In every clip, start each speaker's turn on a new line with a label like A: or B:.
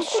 A: 好不好？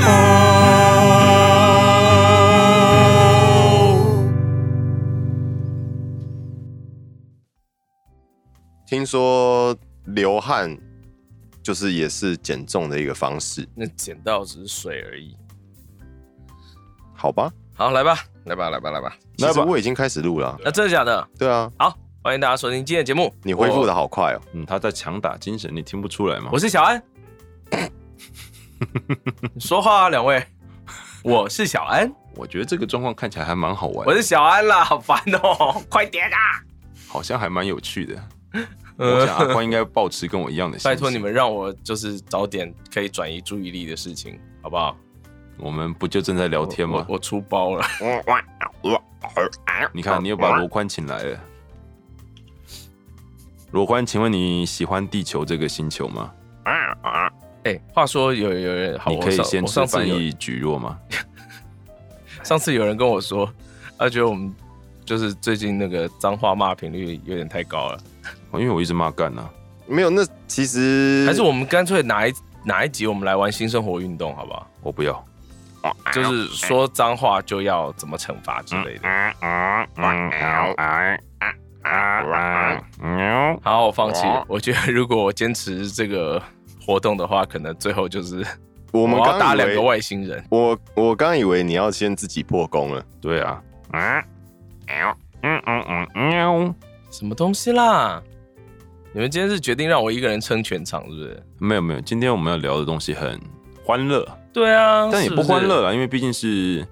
B: 好？听说流汗就是也是减重的一个方式，
C: 那捡到只是水而已。
B: 好吧？
C: 好，来吧，来吧，来吧，来吧。
B: 其
C: 来
B: 实
C: 吧
B: 我已经开始录了啊、
C: 那真的假的？
B: 对啊，
C: 好，欢迎大家收听今天的节目。
B: 你恢复的好快哦。
D: 嗯，他在强打精神，你听不出来吗
C: 我，我？是 小安。你说话啊，两位。我是小安，
D: 我觉得这个状况看起来还蛮好玩，
C: 我是小安啦，好烦哦，快点啊！
D: 好像还蛮有趣的。我想阿宽应该保持跟我一样的心情。
C: 呃拜托你，们让我就是早点可以转移注意力的事情，好不好？
D: 我们不就正在聊天吗
C: 我？我出包了，
D: 你看，你又把罗宽请来了。罗宽，请问你喜欢地球这个星球吗？
C: 哎、话说有有人，好，
D: 你
C: 我
D: 可以
C: 上
D: 先
C: 我
D: 吃
C: 上次
D: 翻
C: 有
D: 译菊若吗？
C: 上次有人跟我说，他觉得我们就是最近那个脏话骂频率有点太高了，
D: 哦因为我一直骂干呐。
B: 没有，那其实
C: 还是我们干脆哪一哪一集我们来玩新生活运动，好不好？
D: 我不要。哎
C: 就是说脏话就要怎么惩罚之
D: 嗯
C: 类的。好，我放弃
D: 哦
C: 了。我觉得如果我坚持这个活动的话，可能最后就是
B: 我
C: 我
B: 们
C: 要
B: 刚
C: 打
B: 以
C: 两
B: 为
C: 个外星人。
B: 我我刚以为你要先自己破功了，
D: 对啊，
C: 什么东西啦？你们今天是决定让我一个人撑全场，是不是？
D: 没有没有，今天我们要聊的东西很欢乐。
C: 对啊，
D: 但也
C: 是
D: 不
C: 是
D: 欢乐啦，因为毕竟是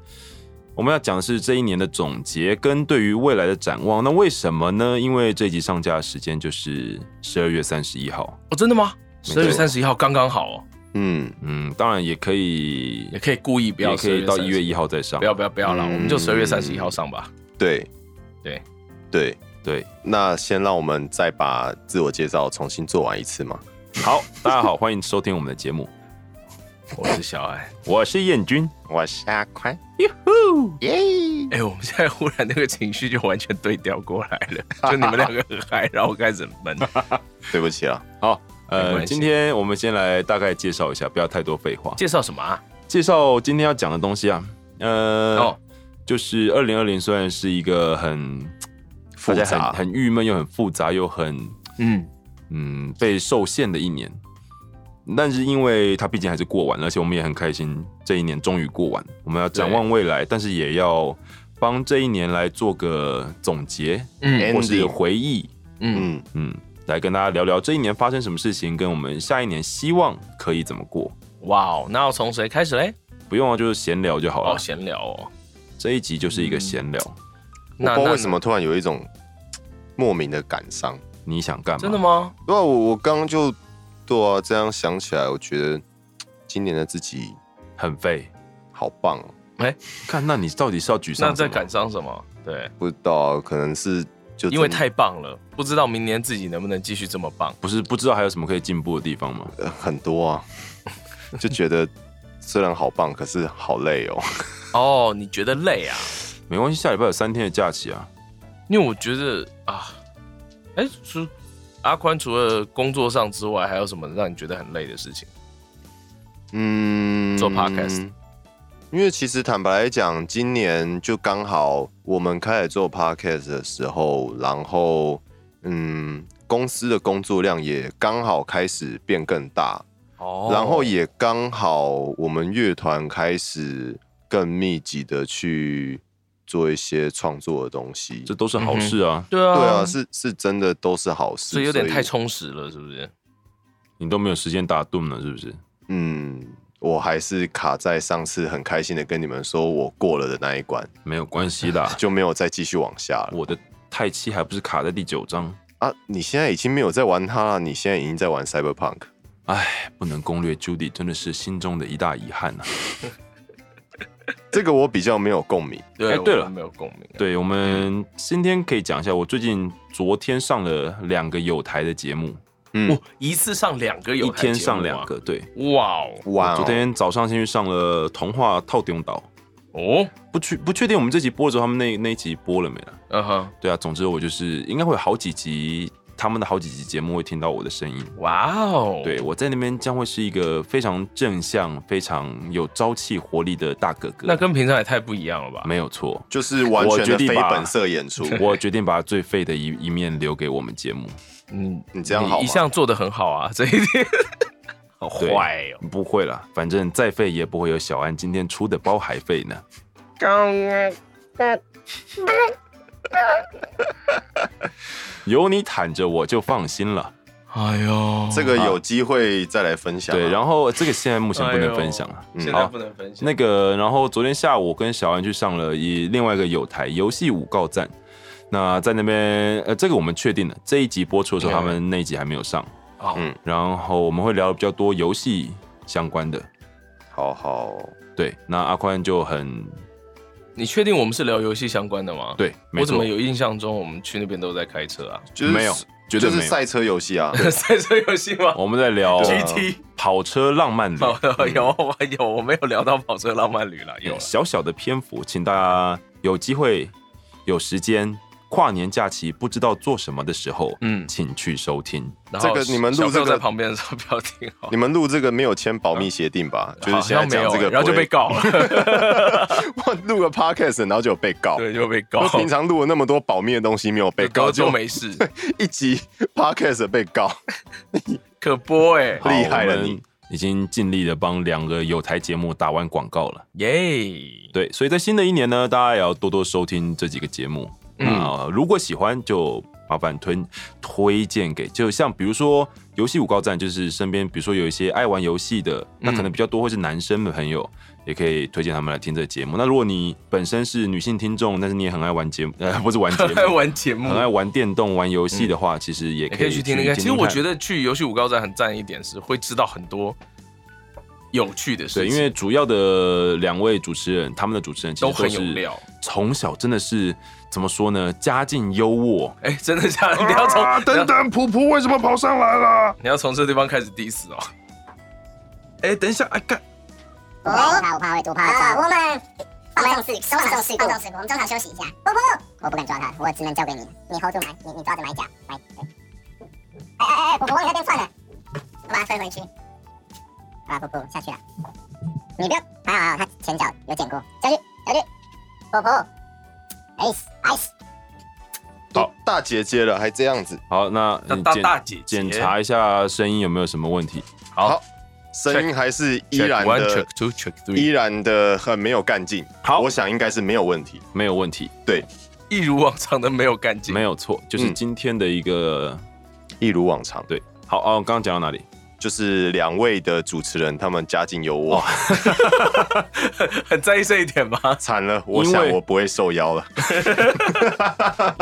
D: 我们要讲的是这一年的总结跟对于未来的展望。那为什么呢？因为这一集上架的时间就是十二月三十一号。
C: 哦，真的吗？十
D: 没错
C: 二月三十一号刚刚好哦，
B: 嗯，
D: 嗯，当然也可以，
C: 也可以故意不要
D: 也可以
C: 12
D: 到一月
C: 31
D: 一号再上。
C: 不要不要不要了，
B: 嗯
C: 我们就十二月三十一号上吧。
B: 对，
C: 对，
B: 对，
D: 对，
B: 那先让我们再把自我介绍重新做完一次嘛。
D: 好，大家好，欢迎收听我们的节目，
C: 我是小安。
D: 我是燕君。
B: 我是阿宽，
C: 哎、我们现在忽然那个情绪就完全对调过来 了，就你们两个很嗨，然后我开始闷。
B: 对不起啊，
D: 好，
C: 没
D: 呃，
C: 关系
D: 今天我们先来大概介绍一下，不要太多废话，
C: 介绍什么啊？
D: 介绍今天要讲的东西啊。呃，
C: 哦，
D: 就是二零二零虽然是一个很
B: 复
D: 大家
B: 杂
D: 很很郁闷又很复杂又很
C: 嗯，
D: 嗯被受限的一年，但是因为它毕竟还是过完了，而且我们也很开心，这一年终于过完，我们要展望未来，但是也要帮这一年来做个总结
C: 嗯
D: 或是
B: Ending
D: 回忆，
B: 嗯，
C: 嗯，
D: 嗯，来跟大家聊聊这一年发生什么事情，跟我们下一年希望可以怎么过。
C: 哇哦，那要从谁开始嘞？
D: 不用啊，就是闲聊就好了。
C: 哦，嗯闲聊哦。
D: 这一集就是一个闲聊，
B: 我不
C: 那
B: 知道
C: 那
B: 为什么突然有一种莫名的感伤。
D: 你想干嘛？
C: 真的吗？
B: 对啊，我我刚刚就对啊，这样想起来，我觉得今年的自己
D: 很废。
B: 好棒哦，
D: 看，那你到底是要沮丧？
C: 那在感？伤什么？对，
B: 不知道啊可能是就
C: 因为
B: 真的
C: 太棒了，不知道明年自己能不能继续这么棒。
D: 不是不知道还有什么可以进步的地方吗？
B: 呃很多 啊，就觉得虽然好棒，可是好累哦。
C: 哦，你觉得累啊？
D: 没关系，下礼拜有三天的假期啊。
C: 因为我觉得啊，哎、除阿宽除了工作上之外，还有什么让你觉得很累的事情？
B: 嗯，
C: 做 podcast
B: 因为其实坦白来讲，今年就刚好我们开始做 podcast 的时候，然后嗯，公司的工作量也刚好开始变更大，
C: 哦
B: 然后也刚好我们乐团开始更密集的去做一些创作的东西
D: 这。都是好事啊，
C: 对啊，
B: 对啊，是是真的都是好事，
C: 所以有点太充实了，是不是？
D: 你都没有时间打盹了，是不是？
B: 嗯，我还是卡在上次很开心的跟你们说我过了的那一关，，
D: 没有关系啦
B: 就没有再继续往下了
D: 我的太七还不是卡在第九章？
B: 啊！你现在已经没有在玩它了，你现在已经在玩 Cyberpunk。
D: 哎，不能攻略 Judy 真的是心中的一大遗憾啊。
B: 这个我比较没有共鸣，
C: 对
D: 哎对了
C: 我没有共鸣、啊。
D: 对我们今天可以讲一下，我最近昨天上了两个有台的节目，
B: 嗯
C: 哦，一次上两个有
D: 一天上两，个，对。
C: 哇哦
B: 啊哇、哦，
D: 昨天早上先去上了童话套丁岛，
C: 哦，
D: 不确不确定我们这集播的时候，他们那那一集播了没了？
C: 嗯哼，
D: 对啊，总之我就是应该会有好几集，他们的好几集节目会听到我的声音。
C: 哇哦，
D: 对，我在那边将会是一个非常正向、非常有朝气、活力的大哥哥。
C: 那跟平常也太不一样了吧？
D: 没有 错，
B: 就是完
D: 我
B: 全
D: 决
B: 的
D: 定
B: 非
D: 把
B: 本色演出，
D: 我决定把最废的一一面留给我们节目。
C: 嗯，
B: 你这样好
C: 你一
B: 吗？
C: 向做的很好啊， 这一点好
D: 对
C: 坏哦。
D: 不会啦，反正再废也不会有小安今天出的包海费 呢。有你坦着，我就放心了。
C: 哎呦，
B: 这个有机会再来分享啊、
D: 对，然后这个现在目前不能分享啊。
C: 哎现在不能分享。
D: 那个，然后昨天下午我跟小安去上了一另外一个有台游戏五告站，那在那边呃，这个我们确定了，这一集播出的时候，
C: 嗯
D: 他们那一集还没有上，
C: 哦
B: 嗯
D: 然后我们会聊的比较多游戏相关的。
B: 好好，
D: 对，那阿宽就很
C: 你确定我们是聊游戏相关的吗？，
D: 对，没
C: 我怎
D: 错
C: 么，有印象中我们去那边都在开车啊？
B: 就是
D: 没有绝
B: 就
D: 对没
B: 是
D: 有
B: 赛车游戏 啊，
C: 赛车游戏吗
D: 我们在聊
C: ？GT
D: 跑车浪漫旅，
C: 跑的 有我有，我没有聊到跑车浪漫旅了，有
D: 有
C: 了。
D: 小小的篇幅，请大家有机会、有时间，跨年假期不知道做什么的时候，
C: 嗯
D: 请去收听。
C: 然后
B: 这个你们录
C: 小朋友
B: 这个
C: 在旁边的时候不要听好
B: 你，们录这个没有签保密协定 吧？ 就是
C: 好
B: 现在
C: 像没
B: 讲
C: 有
B: 这
C: 欸
B: 个，
C: 然后就 被告了，
B: 不会录个 podcast，然后就有被告。
C: 对，就被告
B: 我。平常录了那么多保密的东西，没有被告，
C: 高
B: 就
C: 就没事，
B: 一集 podcast 被告，
C: 可播哎，
B: 厉害了
D: 好我们
B: 你
D: 已经尽力的帮两个有台节目打完广告了。
C: 耶！
D: 对，所以在新的一年呢，大家也要多多收听这几个节目。
C: 嗯
D: 啊、如果喜欢就麻烦推推荐给，就像比如说游戏五高站，就是身边比如说有一些爱玩游戏的，那
C: 嗯
D: 可能比较多会是男生的朋友，也可以推荐他们来听这个节目。那如果你本身是女性听众，但是你也很爱玩节目，呃，不是玩节 目，
C: 玩节目嗯
D: 很，爱玩电动、玩游戏的话，其实也
C: 也
D: 可
C: 可
D: 以
C: 以去听那个。其实我觉
D: 得。
C: 得去游戏五高站很赞一点是会知道很多有趣的事
D: 对，
C: 情，
D: 因为主要的两位主持人，他们的主持人其实
C: 都很有
D: 是
C: 料。
D: 从小真的是怎么说呢？家境优渥，
C: 哎，真的假的？你要从你要
D: 等，普普为什么跑上来了？
C: 你要从这地方开始 diss 哦。
D: 哎，等一下，哎，干，
E: 我怕，我怕会多怕抓啊我们放纵事，放纵事故，放纵事故，我们中场休息一下。不不不，我不敢抓他，我只能交给你，你 hold 住买，你你抓着买甲，买。哎哎哎，我我忘了电钻了，我把它推回去。啊不不，下去了。你不要，还好还好，他前脚有捡过，下去下去。婆婆，ice ice，
B: 都大姐姐了还这样子，
D: 好，那
C: 大
D: 你
C: 大
D: 嗯检
C: 大姐姐
D: 检查一下声音有没有什么问题？
B: 好，声音还是依
C: Check
B: 然
C: one, check
B: 的，
C: two, check
B: 依
C: three，
B: 然的很没有干劲。
D: 好
B: 我想应该是没有问题。
D: 没有问题，
C: 一如往常的没有干净，
D: 没有错，就是
B: 嗯
D: 今天的一个、
B: 一如往常，
D: 对。好哦，刚刚讲到哪里？
B: 就是两位的主持人，他们家境优渥，
C: 很在意这一点吗？
B: 惨了，我
D: 因为
B: 想我不会受邀了。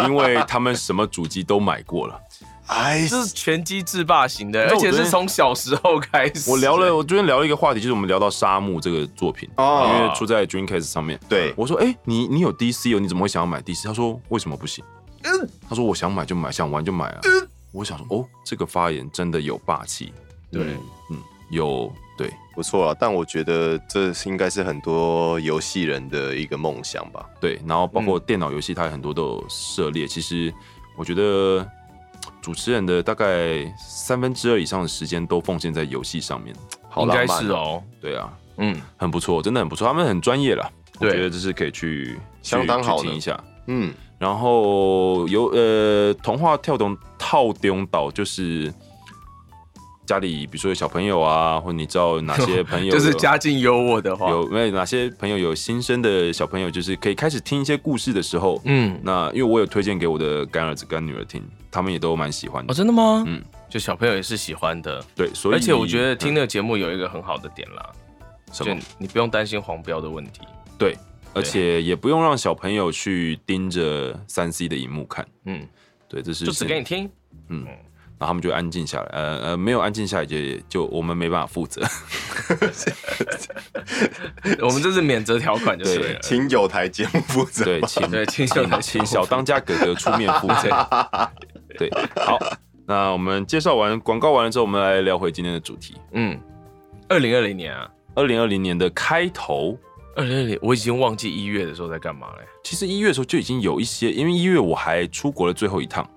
D: 因为他们什么主机都买过了。
B: 哎，
C: 这是拳击制霸型的，
D: 那
C: 而
D: 我
C: 且
D: 昨
C: 是
D: 天
C: 从小时候开始。
D: 我聊了，我昨天聊了一个话题，就是我们聊到《沙漠》这个作品，
B: 哦
D: 因为出在 Dreamcast 上面。
B: 对
D: 我说：“哎、你你有 DC 哦，你怎么会想要买 DC？” 他说：“为什么不行？”他说：“我想买就买，想玩就买啊。我想说：“哦，这个发言真的有霸气，
C: 对
D: 嗯，有对，
B: 不错啊，但我觉得这是应该是很多游戏人的一个梦想吧。
D: 对，然后包
B: 嗯
D: 括电脑游戏，它有很多都有涉猎。其实我觉得嘖主持人的大概三分之二以上的时间都奉献在游戏上面。
B: 好
C: 应
B: 浪
C: 该
B: 漫
C: 是，哦，
D: 对啊，
C: 嗯，
D: 很不错，真的很不错，他们很专业啦。我
C: 对
D: 觉得这是可以去
B: 相当
D: 去
B: 好
D: 去
B: 的
D: 听一下。
B: 嗯，
D: 然后有呃，童话跳动套丁岛就是。家里比如说有小朋友啊，或者你知道哪些朋 友
C: 就是
D: 有
C: 家境优渥的话，
D: 有没有哪些朋友有新生的小朋友，就是可以开始听一些故事的时候，
C: 嗯，
D: 那因为我有推荐给我的干儿子、干女儿听，他们也都蛮喜欢的。
C: 哦，真的吗？
D: 嗯
C: 嗯，就小朋友也是喜欢的，
D: 对，所以
C: 而且我觉得听
D: 的
C: 那个节目有一个很好的点啦，
D: 什
C: 就
D: 么
C: 你不用担心黄标的问题，
D: 对，而且也不用让小朋友去盯着三 C 的荧幕看。
C: 嗯，
D: 对，这是
C: 就只给你，听，
D: 然后他们就安静下来。呃呃，没有安静下来就就我们没办法负 责。
C: 我们这是免责条款就
D: 对
C: 对了。
B: 请有台节目负责。
D: 对，请
C: 对，请小
D: 请请小当家哥哥出面负责。对，好，那我们介绍完广告完了之后，我们来聊回今天的主题。
C: 嗯，二零二零年啊，
D: 二零二零年的开头，
C: 二零二零，我已经忘记一月的时候在干嘛嘞。
D: 其实一月的时候就已经有一些，因为一月我还出国了最后一趟，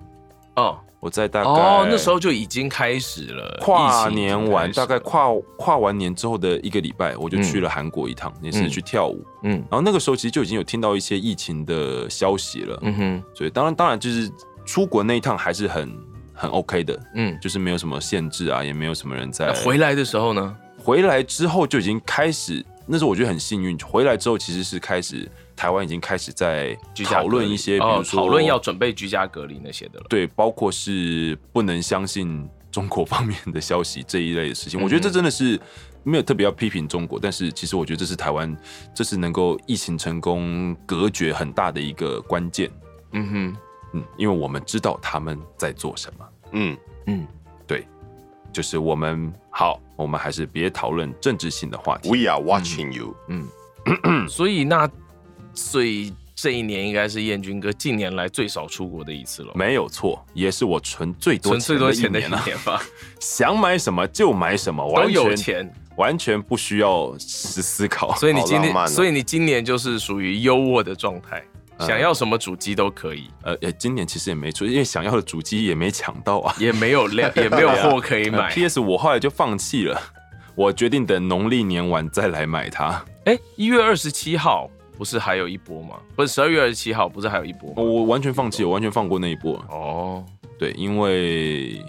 C: 哦
D: 我在大概
C: 哦，那时候就已经开始了，
D: 跨
C: 疫情已经
D: 年完，
C: 开始
D: 大
C: 了
D: 概跨跨完年之后的一个礼拜，我就去了韩国一趟，也是去跳舞。
C: 嗯
D: 然后那个时候其实就已经有听到一些疫情的消息了，
C: 嗯哼
D: 所以当然当然就是出国那一趟还是很很 OK 的，
C: 嗯，
D: 就是没有什么限制啊，也没有什么人在
C: 那回来的时候呢？
D: 回来之后就已经开始，那时候我觉得很幸运，回来之后其实是开始台湾已经开始在
C: 居家
D: 讨
C: 隔
D: 论
C: 离
D: 一些，比
C: 哦
D: 如说
C: 讨论要准备居家隔离那些的了。
D: 对，包括是不能相信中国方面的消息这一类的
C: 嗯
D: 事情，我觉得这真的是没有特别要批评中国，但是其实我觉得这是台湾这是能够疫情成功隔绝很大的一个关键，
C: 嗯
D: 嗯，因为我们知道他们在做什么，
B: 嗯，
C: 哼嗯，
D: 就是我们好，我们还是别讨论政治性的话题。
B: We are watching you。
C: 嗯
D: 嗯
C: 所以那所以这一年应该是燕军哥近年来最少出国的一次了。
D: 没有错，也是我存最多
C: 存最多钱的一
D: 年啊！
C: 年吧，
D: 想买什么就买什么，
C: 都
D: 完
C: 有
D: 全
C: 钱，
D: 完全不需要思思考。
C: 所以你
B: 好
C: 今
B: 浪
C: 天，
B: 漫哦
C: 所以你今年就是属于优渥的状态，
D: 啊嗯
C: 想要什么主机都可以，
D: 呃，也今年其实也没出，因为想要的主机也没抢到啊。
C: 也没有 量，也没有货可以买。
D: P.S. 我后来就放弃了，我决定等农历年完再来买它。
C: 哎，一月二十七号不是还有一波吗？不是十二月二十七号不是还有一波吗？
D: 我完全放弃，我完全放过那一波了。
C: 哦，
D: 对，因为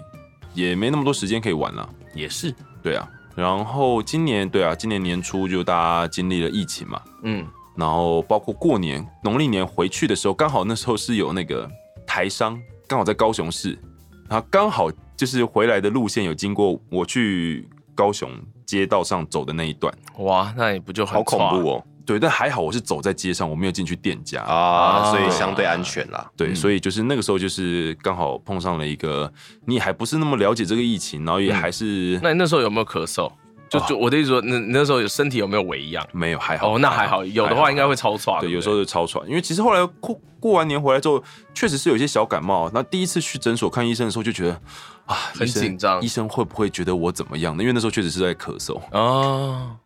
D: 也没那么多时间可以玩了。
C: 也是，
D: 对啊，然后今年对啊，今年年初就大家经历了疫情嘛，
C: 嗯，
D: 然后包括过年农历年回去的时候，刚好那时候是有那个台商刚好在高雄市，然后刚好就是回来的路线有经过我去高雄街道上走的那一段。啊
C: 哇，那你不就很
B: 好恐怖哦
D: 对，但还好我是走在街上，我没有进去店家。
B: 啊，
C: 啊嗯
B: 所以相对安全啦。
D: 对，所以就是那个时候就是刚好碰上了一个你还不是那么了解这个疫情，然后也还是、
C: 嗯那你那时候有没有咳嗽？就就我的意思说，那你那时候有身体有没有微恙？
D: 没有还好
C: 哦，那还好，有的话应该会超差。
D: 对，
C: 不
D: 有时候就超喘，因为其实后来过过完年回来之后，确实是有一些小感冒。啊那第一次去诊所看医生的时候，就觉得啊，
C: 很
D: 医生
C: 紧张
D: 医生会不会觉得我怎么样呢？因为那时候确实是在咳嗽，
C: 哦，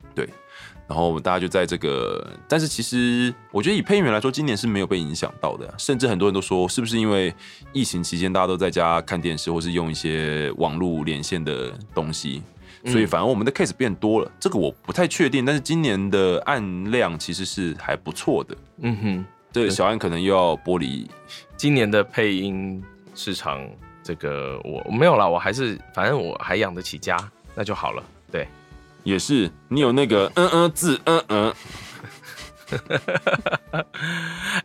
D: 然后我们大家就在这个，但是其实我觉得以配音员来说，今年是没有被影响到的，啊甚至很多人都说，是不是因为疫情期间大家都在家看电视，或是用一些网络连线的东西，所以
C: 嗯
D: 反而我们的 case 变多了。这个我不太确定，但是今年的案量其实是还不错的。
C: 嗯哼，
D: 这个小安可能又要剥离，
C: 今年的配音市场，这个我我没有啦，我还是反正我还养得起家，那就好了。 对，
D: 也是你有 那个嗯嗯字嗯嗯，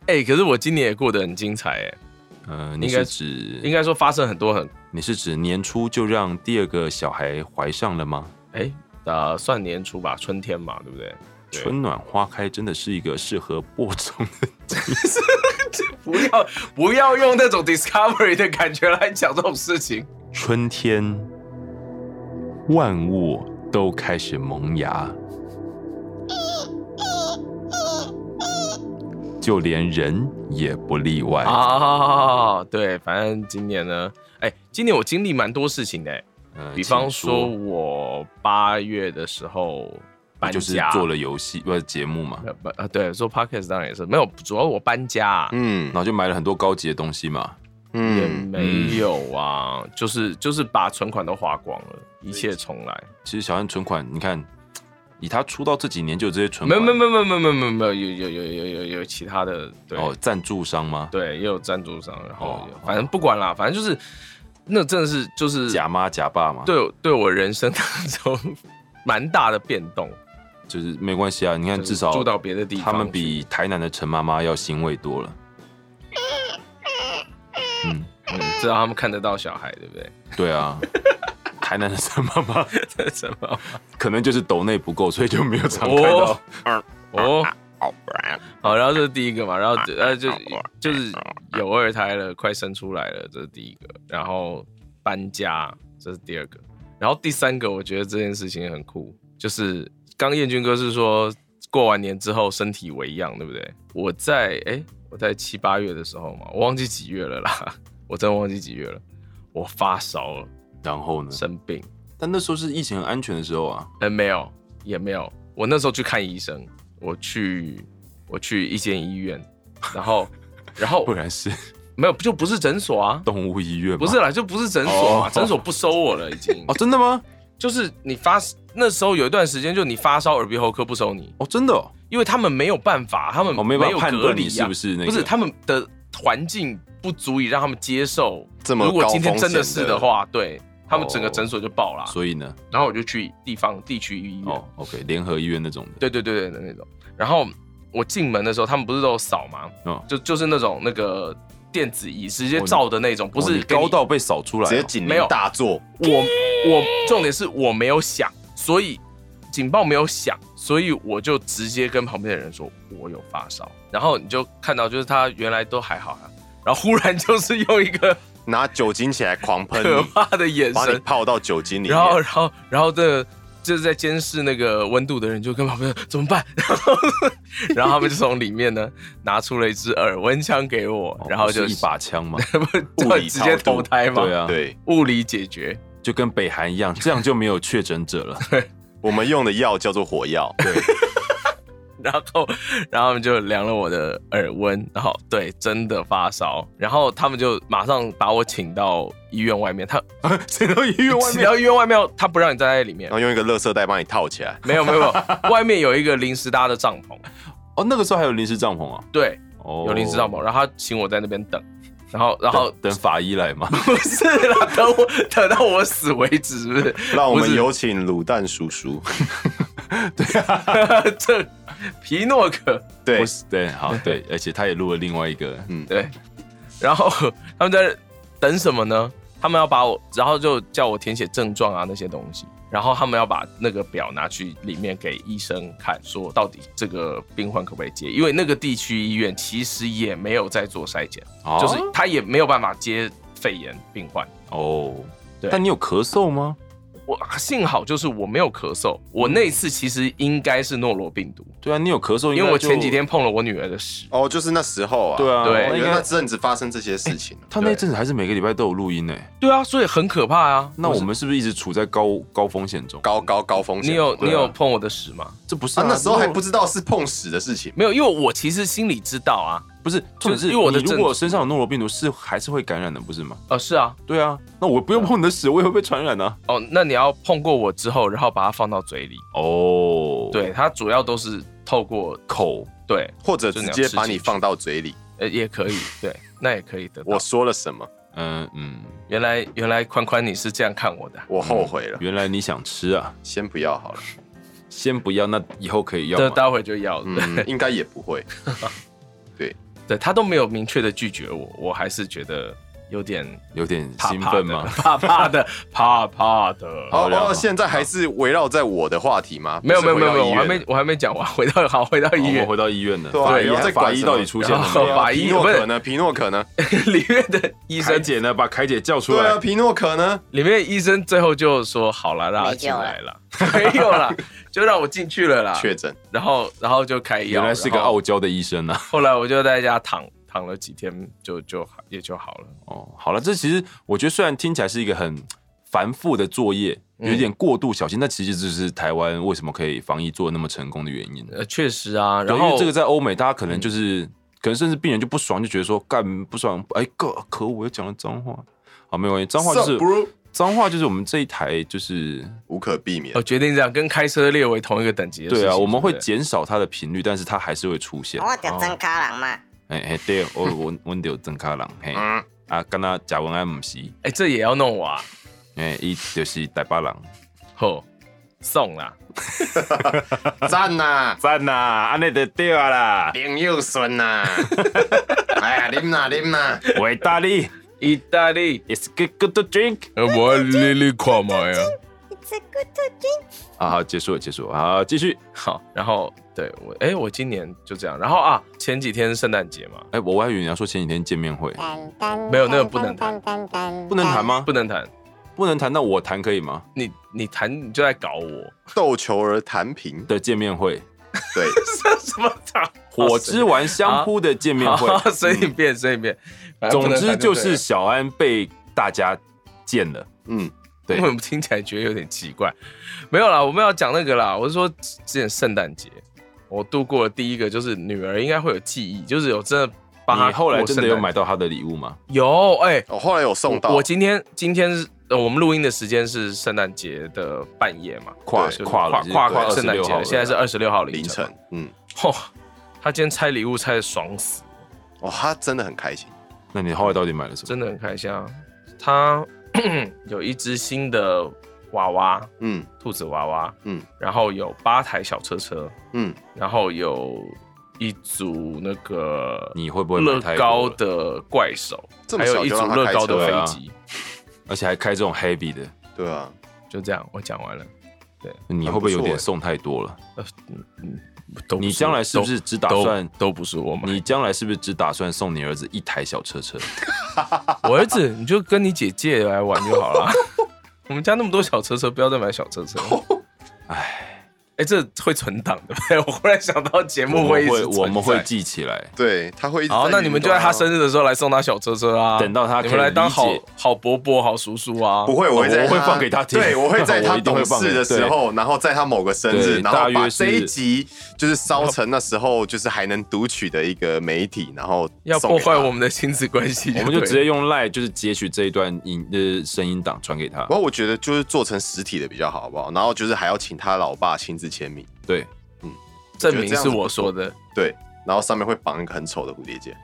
C: 哎、可是我今年也过得很精彩哎、
D: 呃，你
C: 应该
D: 是指
C: 应该说发生很多很
D: 你是指年初就让第二个小孩怀上了吗？
C: 哎、呃，算年初吧，春天嘛，对不对？对
D: 春暖花开真的是一个适合播种的，
C: 不要不要用那种 discovery 的感觉来讲这种事情。
D: 春天，万物都开始萌芽，就连人也不例外。
C: 啊，对，反正今年呢，哎、今年我经历蛮多事情的、
D: 呃
C: 比方
D: 请
C: 说我八月的时候搬家，
D: 就是做了游戏不是节目嘛，
C: 呃不啊，对，做 podcast 当然也是没有，主要我搬家啊、
B: 嗯
D: 然后就买了很多高级的东西嘛。
C: 也
B: 嗯，
C: 没有啊，就是就是把存款都花光了，一切重来。
D: 其实小安存款，你看，以他出道这几年就有这些存
C: 没有
D: 款，
C: 没有没有没有没有没有没有有有有有有有其他的对、
D: 哦，赞助商吗？
C: 对，也有赞助商，然后
D: 哦
C: 有反正不管啦，反正就是那真的是就是
D: 假妈假爸嘛，，
C: 对我对我人生 当中蛮大的变动，
D: 就是没关系啊。你看，
C: 就是
D: 至少
C: 住到别的地方去，
D: 他们比台南的陈妈妈要欣慰多了。嗯，
C: 嗯，知道他们看得到小孩，对不对？
D: 对啊，台南的陈妈妈
C: 这什么？
D: 可能就是斗内不够，所以就没有常看到
C: 哦。哦，好，然后这是第一个嘛，然后呃就就是有二胎了，快生出来了，这是第一个，然后搬家，这是第二个，然后第三个，我觉得这件事情很酷，就是刚彦军哥是说过完年之后身体为恙，对不对？我 在哎、我在七八月的时候嘛，我忘记几月了啦，我真的忘记几月了。我发烧了，
D: 然后呢？
C: 生病，
D: 但那时候是疫情很安全的时候啊，
C: 呃，没有，也没有。我那时候去看医生，我去我去一间医院，然后然后
D: 不然是
C: 没有，就不是诊所啊，
D: 动物医院吗
C: 不是啦，就不是诊所嘛，
D: 哦
C: 诊所不收我了，已经。
D: 哦，真的吗？
C: 就是你发那时候有一段时间，就你发烧耳鼻喉科不收你，
D: 哦，真的、哦，
C: 因为他们没有办法，他们
D: 我、哦、
C: 没
D: 没办法
C: 有
D: 判
C: 隔
D: 断你
C: 离
D: 是
C: 啊
D: 不，是那个，
C: 不是他们的环境不足以让他们接受。
B: 这么
C: 如果
B: 高
C: 今天
B: 风
C: 真的
B: 险
C: 是
B: 的
C: 的话，对他们整个
D: 哦
C: 诊所就爆了。
D: 所以呢，
C: 然后我就去地方地区医院，
D: 哦，OK，联合医院那种的，
C: 对对对对的那种。然后我进门的时候，他们不是都有扫吗？
D: 哦
C: 就就是那种那个电子仪直接照的那种，不
D: 哦
C: 是
D: 你
C: 给你
D: 高到被扫出来、
B: 直接
D: 哦，
B: 警
C: 没有
B: 铃大作，
C: 我 我重点是我没有响，所以警报没有响，所以我就直接跟旁边的人说我有发烧，然后你就看到就是他原来都还好啊，然后忽然就是用一个
B: 拿酒精起来狂喷
C: 可
B: 你，
C: 怕的眼
B: 把你
C: 神，
B: 泡到酒精里面。
C: 然后然 后然后这个就是在监视那个温度的人就跟旁边说怎么办， 然后然后他们就从里面呢拿出了一支耳温枪给我，
D: 哦
C: 然后
D: 不
C: 就是
D: 一 把枪嘛，
B: 物理
C: 直接
B: 超度
C: 投胎嘛，
D: 对啊，
B: 对
C: 物理解决。
D: 就跟北韩一样，这样就没有确诊者了。
B: 我们用的药叫做火药，
C: 然后，然后他们就量了我的耳温，然后对，真的发烧，然后他们就马上把我请到医院外面，他
D: 谁到医院
C: 请到医院外面，他不让你站在里面
B: 然，后用一个垃圾袋把你套起来。
C: 没有没有，没有外面有一个临时搭的帐篷，
D: 哦，那个时候还有临时帐篷啊，
C: 对，
D: 哦，
C: 有临时帐篷，然后他请我在那边 等，然后然
D: 等，然后
C: 后
D: 等法医 来嘛。
C: 不是啦，等我等到我死为止，是不 是？
B: 让我
C: 不
B: 们
C: 是
B: 有请卤蛋叔叔。
C: 啊这皮诺可
B: 对
D: 不，是 对，好对，而且他也录了另外一个，
C: 对，然后他们在等什么呢？他们要把我，然后就叫我填写症状啊那些东西，然后他们要把那个表拿去里面给医生看，说到底这个病患可不可以接？因为那个地区医院其实也没有在做筛检，
D: 哦
C: 就是他也没有办法接肺炎病患。
D: 哦，
C: 对
D: 但你有咳嗽吗？
C: 我幸好就是我没有咳嗽，我那次其实应该是诺罗病毒，
D: 对啊，你有咳嗽，
C: 因为我前几
D: 应该
C: 天碰了我女儿的屎。
B: 哦，就是那时候啊。
D: 就对啊，
C: 对
D: 那
B: 原
D: 应
B: 来那
D: 该
B: 阵子发生这些事情，啊
D: 他那阵子还是每个礼拜都有录音呢。
C: 对啊，所以很可怕啊。
D: 那我们是不是一直处在高高风险中？
B: 高高高风险。
C: 你有
B: 对
C: 你
B: 啊
C: 有碰我的屎吗？
D: 这不是
B: 啊
D: 啊？
B: 那时候还
D: 如
B: 不
D: 果
B: 知道是碰屎的事情。
C: 没有，因为我其实心里知道啊，
D: 不是，重点是
C: 因为我的
D: 你如
C: 症
D: 果身上有诺罗病毒，是还是会感染的，不是吗？
C: 呃，是啊，
D: 对啊，那我不用碰你的屎，我也会被传染啊。
C: 哦，那你要碰过我之后，然后把它放到嘴里，
D: 哦，
C: 对，，它主要都是透过
D: 口
C: 对，
B: 或者直接把你放到嘴里，
C: 呃，也可以，对，那也可以得到
B: 我。说了什么？
D: 嗯嗯，
C: 原来原来宽宽你是这样看我的，
B: 我后悔了，
D: 原来你想吃啊，
B: 先不要好了。
D: 先不要，那以后可以要
C: 这
D: 吗。
C: 待会就要了，
B: 嗯，应该也不会。
C: 对他都没有明确的拒绝我，我还是觉得有点
D: 有点
C: 怕
D: 兴
C: 怕
D: 奋
C: 的，
D: 吗？
C: 怕怕的， 怕怕的。
B: 好，
D: 然后
B: 哦，现在还是围绕在我的话题吗？
C: 没有没有
B: 不
C: 没
B: 是
C: 有
B: 回到医
C: 没有，我
B: 院
C: 还没我还没讲完，回到好回到
D: 好
C: 医
D: 哦我
C: 院
D: 们，回到医院了，
B: 对啊
D: 法医
B: 你要再
D: 法
B: 管
D: 医
B: 什
D: 到
B: 么
D: 底出现
C: 然
D: 了
C: 后
D: 没 有？
C: 法
B: 哦皮
C: 医
B: 诺
C: 不
B: 可
C: 是
B: 呢？皮诺可呢？
C: 里面的医
D: 凯
C: 生
D: 姐呢？把凯姐叫出
B: 对
D: 来
B: 啊，。皮诺可呢？
C: 里面医生最后就说：“好了，让他
E: 没
C: 进
E: 救了
C: 来了， 没有啦，就让我进去了啦。
B: 确诊，”
C: 然后，然后就开药。
D: 原来是个
C: 然后
D: 傲娇的医生啊！
C: 后来我就在家躺躺了几天，就就也就好了。
D: 哦，好了，这其实我觉得虽然听起来是一个很繁复的作业，有点过度小心，但其实这是台湾为什么可以防疫做得那么成功的原因。
C: 呃，确实啊。
D: 对
C: 然
D: 因为
C: 后
D: 这个在欧美，大家可能就是、可能甚至病人就不爽，就觉得说干不爽，哎哥，可恶我又讲了脏话。好，没有关系，脏话就是
B: Sup, bro
D: 脏话就是我们这一台就是
B: 无可避免
C: 我。哦决定这样，跟开车列为同一个等级的事
D: 对
C: 情。
D: 啊，我们会
C: 对不对
D: 减少它的频率，但是它还是会出现。
E: 我就真卡人嘛，
D: 哎哎，对，我我我有郑开朗，嘿
B: 嗯，
D: 啊，跟他贾文安不是，
C: 哎，这也要弄我啊？
D: 哎，伊就是台北人。
C: 吼，送啦。
B: 赞呐，
D: 赞呐，安尼就对啊啦，
B: 朋友孙呐，哎呀，啉呐啉呐，
D: 伟大力
C: 意大利，
D: ，It's good good to drink。
C: 呃我丽丽看嘛呀。
E: 这个特军
D: 好好，结束了，结束了，好，继续。
C: 好，然后对我，哎，我今年就这样。然后啊，前几天是圣诞节嘛，
D: 哎，我我还以为你要说前几天见面会，
E: 没
C: 没有那个不能弹
E: 弹
D: 不能谈？吗？
C: 不能谈。
D: 不能谈，那我谈可以吗？
C: 你你谈你就在搞我，
B: 斗球而弹平，
D: 的见 面会，
B: 对，
C: 这什么 场？
D: 火之丸相 扑的见面会
C: 啊好，随你便，随你便。反正不
D: 总
C: 能
D: 之
C: 谈
D: 就
C: 对了
D: 是小安被大家见了。
B: 嗯，
D: 对
C: 我们听起来觉得有点奇怪。没有啦，我们要讲那个啦。我是说，之前圣诞节我度过了第一个，就是女儿应该会有记忆，就是有真的帮她
D: 你后来
C: 过
D: 真的
C: 圣诞
D: 有买到他的礼物吗？
C: 有哎、
B: 哦，后来有送到，
C: 我我今天今天是、呃、我们录音的时间是圣诞节的半夜嘛，
D: 跨
C: 就是
D: 跨了
C: 跨跨跨
D: 就是
C: 圣诞
D: 26
C: 节
D: 号
C: 了，
D: 了
C: 现在是二十六号
B: 凌
C: 凌晨
B: 晨。，嗯，
C: 哦，他今天拆礼物拆的爽死，
B: 哦，他真的很开心，
D: 那你后来到底买了什么？
C: 真的很开心啊。他 有一只新的娃娃，
B: 嗯
C: 兔子娃娃，
B: 嗯
C: 然后有八台小车车，
B: 嗯，
C: 然后有一组那个
D: 你会不会买
C: 乐
D: 太多
C: 高
D: 了，
C: 的怪手，
B: 这么
C: 还有
B: 小
C: 一
B: 就
C: 组
B: 让他
C: 乐
B: 开
C: 高的
B: 车
D: 对
C: 飞
D: 啊
C: 机。
D: 而且还开这种 heavy 的，
B: 对啊，
C: 就这样，我讲完了。
D: 你会不会有
B: 很不错欸
D: 点送太多了？
C: 呃，嗯嗯，都
D: 你
C: 不
D: 将来
C: 我
D: 是不是只打
C: 都
D: 算
C: 都不是我买？
D: 你将来是不是只打算送你儿子一台小车 车？
C: 我儿子，你就跟你姐借来玩就好了。 我们家那么多小车车，不要再买小车车。
D: 哎，
C: 哎、这会存档的。 我忽然想到节
D: 我
C: 目
D: 们
C: 一直
D: 会
C: 存
D: 我们会
C: 在。
D: 记起来。
B: 对，他会一直
C: 好，那你们就在他生
B: 日，
C: 日的时候来送他小车车啊。
D: 啊等到他可
C: 你
D: 以
C: 们来当好
D: 理解
C: 好伯伯、好叔叔啊。
B: 不会，我会在
D: 哦我会
B: 他
D: 放给他听
B: 对，我会在
D: 我
B: 他
D: 一定
B: 懂
D: 会放给
B: 事的时候，然后在他某个生日，
D: 对
B: 然
D: 大
B: 后
D: 约
B: 把
D: 是
B: 这一集就是烧成那时候就是还能读取的一个媒体，然后
C: 要
B: 送给
C: 破
B: 他
C: 坏我。们的亲子关系，
D: 我们就
C: 对
D: 直接用 Line 就是截取这一段音呃声音档传给他
C: 哦
B: 不。过我觉得就是做成实体的比较好，好不好？然后就是还要请他老爸亲自签名，
D: 对，
C: 证明是我说的，
B: 对，然后上面会绑一个很丑的蝴蝶结，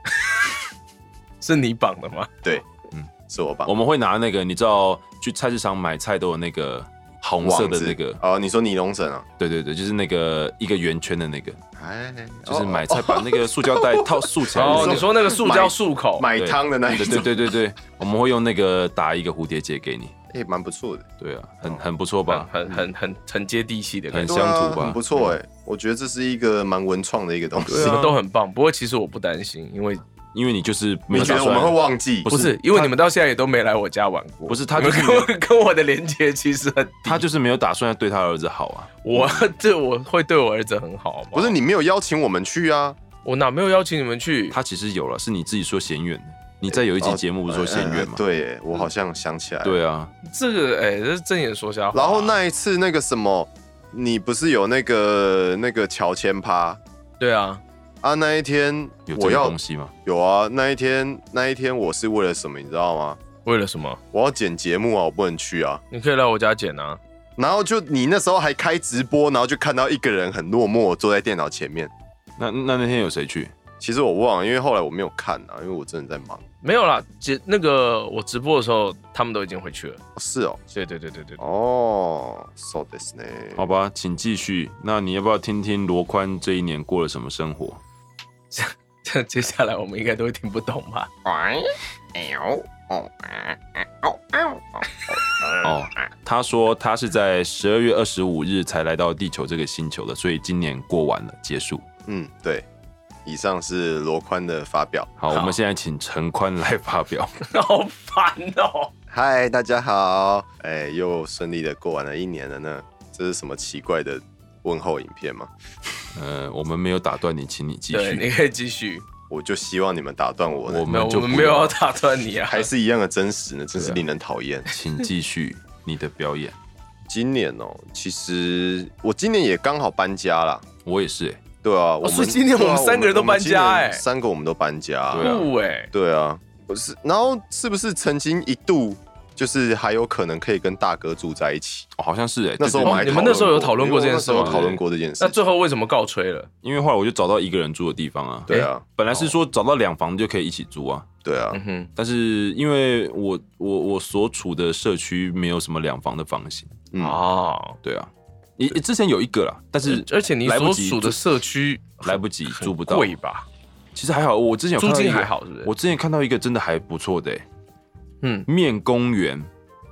C: 是你绑的吗？
B: 对，嗯
D: 嗯，
B: 是我绑
D: 我们会拿那个你知道去菜市场买菜都有那个红色
B: 网
D: 的
B: 子
D: 那个，
B: 哦，你说尼龙绳啊？
D: 对对对，就是那个一个圆圈的那个，
B: 哎，
D: 就是
B: 哦
D: 买菜把那个塑胶袋套束起来的那
C: 哦，
D: 个。
C: 你说那个塑胶漱口，
B: 买
D: 对
B: 汤的那一
D: 对
B: 种，
D: 对对对对，我们会用那个打一个蝴蝶结给你。
B: 哎，蛮不错的，
D: 对啊，很很不错
C: 很
D: 吧？
C: 很很很很接地气的感觉
D: 很。
B: 对
D: 乡
B: 啊
D: 土吧嗯
B: 很不错哎，我觉得这是一个蛮文创的一个东西
D: 对。啊
C: 都很棒。不过其实我不担心，因为
D: 因为你就是没
B: 你
D: 有
B: 觉
D: 打
B: 得我们会
D: 算，
B: 忘记
D: 不？
C: 不是因为你们到现在也都没来我家玩过，
D: 不是他
C: 你们
D: 就是
C: 跟我跟我的连接其实很低。
D: 他就是没有打算要对他儿子好啊。
C: 我这我会对我儿子很好吗？
B: 不是，你没有邀请我们去啊？
C: 我哪没有邀请你们去？
D: 他其实有了，是你自己说嫌远。你在有一集节目不是说嫌远
B: 呃
D: 吗？
B: 对，哎我好像想起来。，
D: 对啊，
C: 这个哎、这是正眼说瞎话。
B: 然后那一次那个什么，你不是有那个那个乔迁趴
C: 对啊，
B: 啊？那一天
D: 有这
B: 我
D: 个
B: 要
D: 东西吗？
B: 有啊，那一天那一天我是为了什么，你知道吗？
C: 为了什么？
B: 我要剪节目啊，我不能去啊。
C: 你可以来我家剪啊。
B: 然后就你那时候还开直播，然后就看到一个人很落寞坐在电脑前面。
D: 那那那天有谁去？
B: 其实我忘了，因为后来我没有看啊，因为我真的在忙。
C: 没有啦，剪那个我直播的时候，他们都已经回去了。
B: 哦是哦，
C: 对对对对对，
B: 哦，so this 呢？
D: 好吧，请继续。那你要不要听听罗宽这一年过了什么生活？
C: 这、 接下来我们应该都会听不懂吧？
D: 哦，他说他是在十二月二十五日才来到地球这个星球的，所以今年过完了，结束。
B: 嗯，对。以上是罗宽的发表。
D: 好，我们现在请陈宽来发表。
C: 好烦哦、
B: 嗨，大家好！哎，又顺利的过完了一年了呢。这是什么奇怪的问候影片吗？
D: 呃，我们没有打断你，请你继
C: 对，你
D: 续。
C: 可以继续。
B: 我就希望你们打断我呢
D: 我
C: 没有，
D: 就
C: 我
D: 不
C: 们没有要打断你啊。
B: 还是一样的真实呢，真是
D: 对啊
B: 令人讨厌。
D: 请继续你的表演。
B: 今年哦，其实我今年也刚好搬家啦。
D: 我也是、欸，
B: 对啊，我们、
C: 哦所以今年
B: 对啊
C: 我们三个人都
B: 我们
C: 搬家
B: 我们
C: 哎
B: 今年三个我们都搬家啊、
D: 对啊
C: 不哎、
B: 对啊，不是，然后是不是曾经一度就是还有可能可以跟大哥住在一起？
D: 哦好像是哎、欸。
B: 那时候我们还
C: 你们那时候有讨论过
B: 因为我
C: 这件事吗
B: 那时候有讨论过这件事
C: 那，最后为什么告吹了？
D: 因为后来我就找到一个人住的地方啊。
B: 对啊，
D: 本来是说找到两房就可以一起住啊，
B: 对啊，
C: 哎嗯哼，
D: 但是因为我我我所处的社区没有什么两房的房型，
B: 嗯
C: 哦，
D: 对啊，你之前有一个啦，但是
C: 而且你
D: 来不
C: 所
D: 及
C: 属的
D: 住
C: 社区
D: 来不及
C: 呃很
D: 租不到
C: 贵吧？
D: 其实还好，我之前有看到
C: 租金
D: 一个
C: 还好是不是
D: 我之前看到一个真的还不错的、欸，
C: 嗯
D: 面公园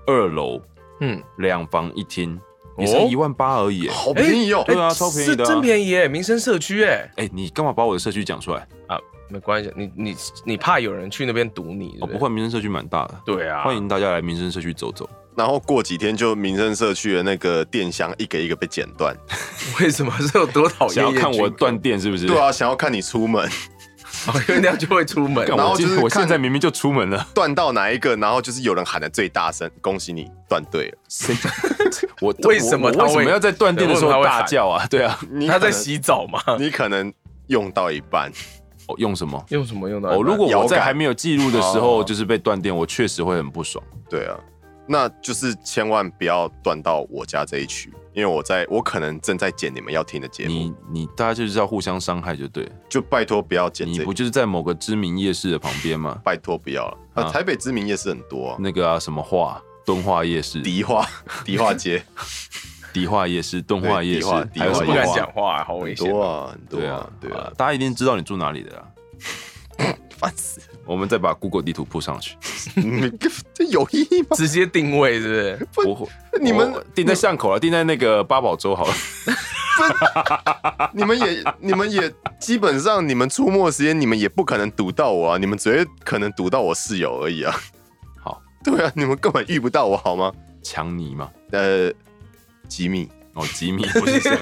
D: 二楼
C: 嗯，
D: 两房一厅，也
C: 哦
D: 才一万八而已、欸。
B: 好便宜哦、
D: 对啊
C: 哎
D: 超便宜的啊
C: 是真便宜哎，民生社区哎
D: 哎、你干嘛把我的社区讲出来？
C: 啊，没关系，你你你怕有人去那边堵你是
D: 哦，
C: 是
D: 不会，，民生社区蛮大的，
C: 对啊，哦
D: 欢迎大家来民生社区走走。
B: 然后过几天就民生社区的那个电箱一个一个被剪断。
C: 为什么是有多讨厌？
D: 想要看我断电是不是？
C: 啊
B: 啊对，啊，想要看你出门，
C: 哦，因为那样就会出门。
D: 干
B: 然后
D: 我今
B: 就是
D: 我现
B: 看
D: 在明明就出门了，
B: 断到哪一个，然后就是有人喊的最大声，恭喜你断对了。
D: 谁？我
C: 为什么
D: 我
C: 他
D: 为什
C: 会
D: 么要在断电的时
C: 为什
D: 候
C: 么他会
D: 大
C: 喊
D: 叫啊？对啊，
B: 你
C: 他
B: 可
C: 在
B: 能，
C: 洗澡吗？
B: 你可能用到一半，
D: 哦用什么？
C: 用什么用到一半？
D: 哦，如果
B: 摇
D: 我在
B: 杆
D: 还没有记录的时候
B: 哦
D: 就是被断电，我确实会很不爽。
B: 对啊，那就是千万不要断到我家这一区，因为我在我可能正在剪你们要听的节目，
D: 你你大家就是要互相伤害就对了，
B: 就拜托不要剪
D: 你
B: 这
D: 不
B: 一，
D: 就是在某个知名夜市的旁边吗？
B: 拜托不要了。
D: 啊
B: 啊，台北知名夜市很多啊，
D: 那个啊什么化敦化夜市、
B: 迪 化迪化街
D: 迪化夜市、敦化
B: 对
D: 夜
B: 迪
D: 市
B: 化，迪
D: 还
C: 我
D: 有
B: 化
C: 是
D: 什么
C: 不
B: 夜
C: 敢
B: 市
D: 化
C: 讲话，好危险
B: 很。多啊，很多
D: 对
B: 啊
D: 啊，，
B: 对
D: 好
B: 啊
D: 了，大家一定知道你住哪里的啦。
B: 烦死！
D: 我们再把 Google 地图铺上去，
B: 你这有意义吗？
C: 直接定位是不是？
B: 不
D: 我会
B: 你们
D: 我定在巷口啊了，定在那个八宝粥好了。
B: 你们也，你们也，基本上你们出没时间，你们也不可能堵到我啊，你们只会可能堵到我室友而已啊。
D: 好，
B: 对啊，你们根本遇不到我好吗？
D: 强尼嘛，
B: 呃，吉米，
D: 哦，吉米不是谁？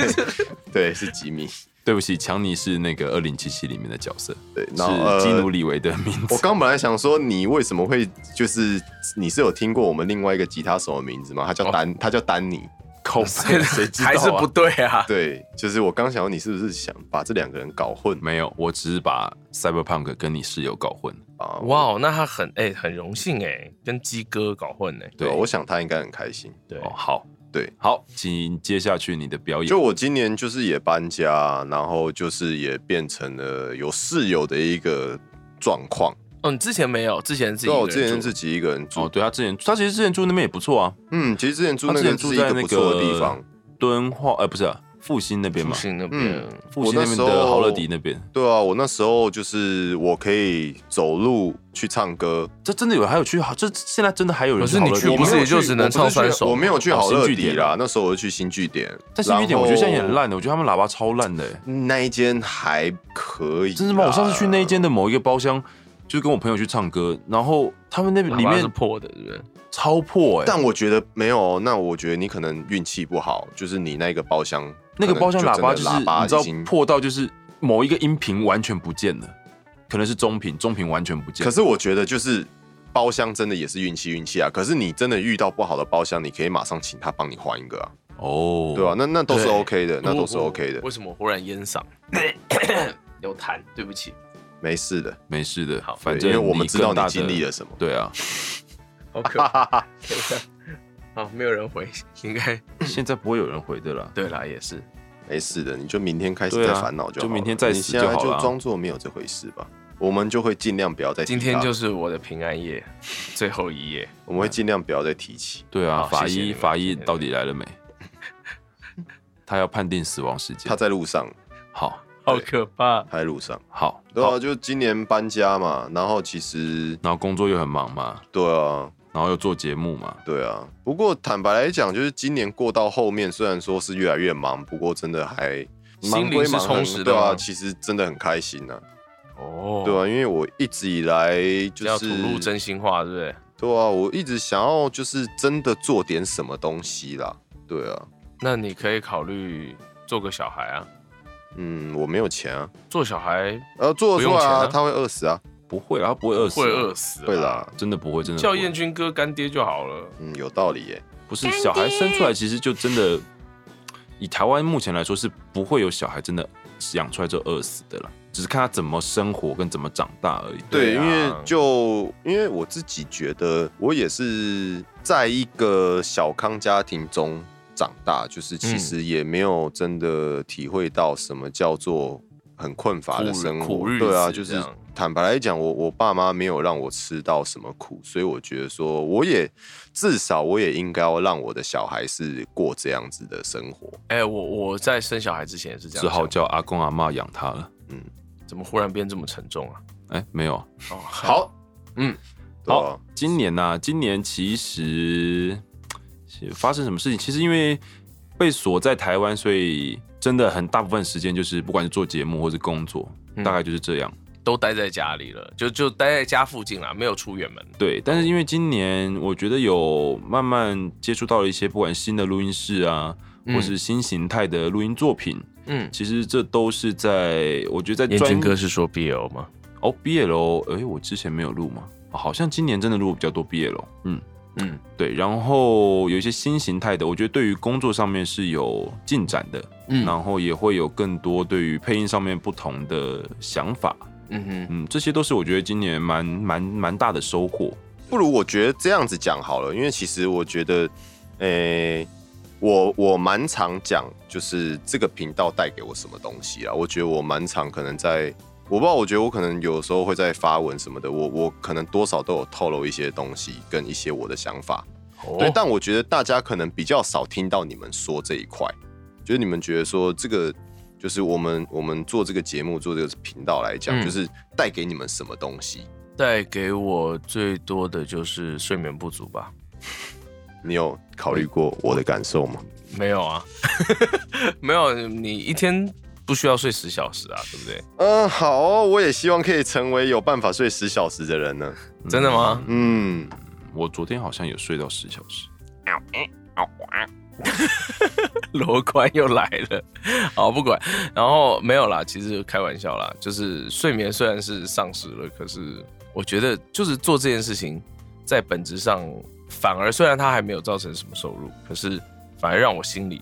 B: 对，是吉米，
D: 对不起，强尼是那个二零七七里面的角色，
B: 对，然后
D: 是基努
B: 呃
D: 里维的名
B: 我
D: 字。
B: 刚本来想说，你为什么会就是你是有听过我们另外一个吉他手的名字吗？他叫丹，他叫丹尼。
D: 靠 北，谁知道啊
C: 还是不对啊？
B: 对，就是我刚想说，你是不是想把这两个人搞混
D: 没有，我只是把 Cyberpunk 跟你室友搞混。
B: 啊？
C: 哇哦，那他很哎、很荣幸哎、跟鸡哥搞混哎、
B: 对，啊
D: 对
B: 我想他应该很开心。
C: 对
D: 哦，好，
B: 对，
D: 好，请接下去你的表演。
B: 就我今年就是也搬家，然后就是也变成了有室友的一个状况。
C: 哦，你之前没有，之前自己
B: 对啊，我之前
C: 是
B: 自己一个人住，
D: 哦，对他之前，他其实之前住那边也不错啊，
B: 嗯，其实之前住
D: 他
B: 那
D: 之
B: 个
D: 前
B: 是
D: 住
B: 一
D: 在
B: 个
D: 那
B: 不
D: 个
B: 错的地方。
D: 敦化，呃，不是啊复兴那边
C: 复
D: 嘛，
C: 兴那边、
B: 嗯
D: 复兴那边
B: 我那时
D: 的
B: 候
D: 豪乐迪那边，
B: 对啊，我那时候就是我可以走路去唱歌，
D: 这真的有还有去，这现在真的还有人
C: 可是
D: 豪
C: 你
D: 乐
C: 去
D: 迪
C: 不
D: 吗
C: 是也就只能唱三首
B: 我没有去好乐
D: 哦新据
B: 迪
D: 点
B: 啦
D: 啊，
B: 那时候我就去新据点，
D: 但是有一点，我觉得现在也很
B: 烂。
D: 烂的，我觉得他们喇叭超烂的、欸，
B: 那一间还可以，
D: 真的吗？我上次去那一间
B: 的，
D: 的某一个包厢，就是跟我朋友去唱歌，然后他们那边里
C: 里面是
D: 面
C: 破的，是不是？
D: 超破哎、
B: 但我觉得没有。那我觉得你可能运气不好，就是你那个包厢，
D: 那个包厢喇叭
B: 可
D: 就是
B: 能就真的喇叭
D: 你知
B: 已
D: 道
B: 经。
D: 破到就是某一个音频完全不见了，可能是中频，中频完全不见。
B: 可是我觉得就是包厢真的也是运气运气啊。可是你真的遇到不好的包厢，你可以马上请他帮你换一个啊，
D: 哦，
B: 对吧、啊那那都是
C: 对
B: OK 的，那都是
C: 我我
B: OK 的，
C: 为什么我忽然烟嗓？ 有痰，对不起。
B: 没事的。
D: 没事的
C: 好，
D: 反
B: 对
D: 正
B: 因为我们
D: 你
B: 知道
D: 更大
B: 你
D: 的
B: 经历了。什么，
D: 对 啊，
C: 好可怕。好，没有人回， 应该
D: 现在不会有人回的啦。
C: 对啦，也是。
B: 没事的，你就明天开始
D: 对
B: 再
D: 啊
B: 烦恼就好了，
D: 就明天再
B: 你
D: 死
B: 现在
D: 就好
B: 就
D: 了啊
B: 装作没有这回事吧。我们就会尽量不要再提
C: 今天
B: 它
C: 就是我的平安夜，最后一夜。
B: 我们会尽量不要再提起。
D: 对啊，
C: 好谢
D: 法
C: 谢你
D: 医
C: 们
D: 法
C: 谢谢
D: 医
C: 你们
D: 到底来了 没？他要判定死亡时间
B: 他。在路上，
D: 好
C: 好可怕。
B: 他在路上。
D: 好，
B: 对啊，就今年搬家嘛，然后其实
D: 然后工作又很忙嘛，
B: 对啊，
D: 然后又做节目嘛，
B: 对啊。不过坦白来讲，就是今年过到后面，虽然说是越来越忙，不过真的还忙
C: 心灵
B: 归
C: 是
B: 忙
C: 充
B: 很
C: 实的
B: 对啊，
C: 吗
B: 其实真的很开心啊，
C: 哦，
B: 对啊，因为我一直以来就
C: 要
B: 是
C: 吐露真心话，对不对？
B: 对啊，我一直想要就是真的做点什么东西啦，对啊，
C: 那你可以考虑做个小孩啊，
B: 嗯，我没有钱啊，
C: 做小孩
B: 呃，做得出
C: 不用
B: 来
C: 钱
B: 啊，
C: 啊
B: 他会饿死啊，
D: 不会啦，他不会饿死，啊
C: 会饿，死。啊
B: 会，啦，
D: 真的不会，真的不
C: 叫
D: 会
C: 燕军哥干爹就好了。
B: 嗯，有道理耶，
D: 不是小孩生出来，其实就真的，以台湾目前来说是不会有小孩真的养出来就饿死的啦，只是看他怎么生活跟怎么长大而已。
B: 对，
C: 对
B: 因为
C: 啊
B: 就因为我自己觉得，我也是在一个小康家庭中长大，就是其实
C: 嗯
B: 也没有真的体会到什么叫做很困乏的
C: 苦日
B: 生
C: 苦
B: 活。
C: 日
B: 对啊，
C: 子
B: 就
C: 这
B: 是
C: 样
B: 坦白来讲，我我爸妈没有让我吃到什么苦，所以我觉得说，我也至少我也应该要让我的小孩是过这样子的生活。
C: 哎，我我在生小孩之前也是这样
D: 只
C: 想，
D: 啊好叫阿公阿妈养他了。
C: 怎么忽然变这么沉重啊？
D: 哎、没有啊，
C: 哦，好，
B: 好，
C: 嗯，
B: 对啊
D: 好，，今年呢、今年其实是发生什么事情？其实因为被锁在台湾，所以真的很大部分时间就是不管是做节目或是工作，
C: 嗯
D: 大概就是这样。
C: 都待在家里了，就就待在家附近啦，没有出远门。
D: 对，但是因为今年我觉得有慢慢接触到了一些不管新的录音室啊，
C: 嗯
D: 或是新形态的录音作品，
C: 嗯，
D: 其实这都是在我觉得在
C: 燕
D: 专
C: 军哥是说 BL 吗？
D: 哦，BL，哎、我之前没有录吗？啊好像今年真的录比较多 BL，嗯
C: 嗯，
D: 对，然后有一些新形态的，我觉得对于工作上面是有进展的，
C: 嗯
D: 然后也会有更多对于配音上面不同的想法，
C: 嗯哼，
D: 嗯，这些都是我觉得今年蛮蛮蛮大的收获，
B: 不如我觉得这样子讲好了，因为其实我觉得，诶、我我蛮常讲，就是这个频道带给我什么东西啊？我觉得我蛮常可能在，我不知道，我觉得我可能有时候会在发文什么的，我我可能多少都有透露一些东西跟一些我的想法。
C: 哦
B: 对，但我觉得大家可能比较少听到你们说这一块，就是你们觉得说这个就是我们我们做这个节目做这个频道来讲，
C: 嗯
B: 就是带给你们什么东西？
C: 带给我最多的就是睡眠不足吧？
B: 你有考虑过我的感受吗？
C: 没有啊， 没有，你一天不需要睡十小时啊，对不对？
B: 嗯，好哦、我也希望可以成为有办法睡十小时的人呢。
C: 真的吗？
B: 嗯，
D: 我昨天好像有睡到十小时，
C: 罗关又来了， 好不管，然后没有啦，其实开玩笑啦，就是睡眠虽然是丧失了，可是我觉得就是做这件事情，在本质上反而虽然它还没有造成什么收入，可是反而让我心里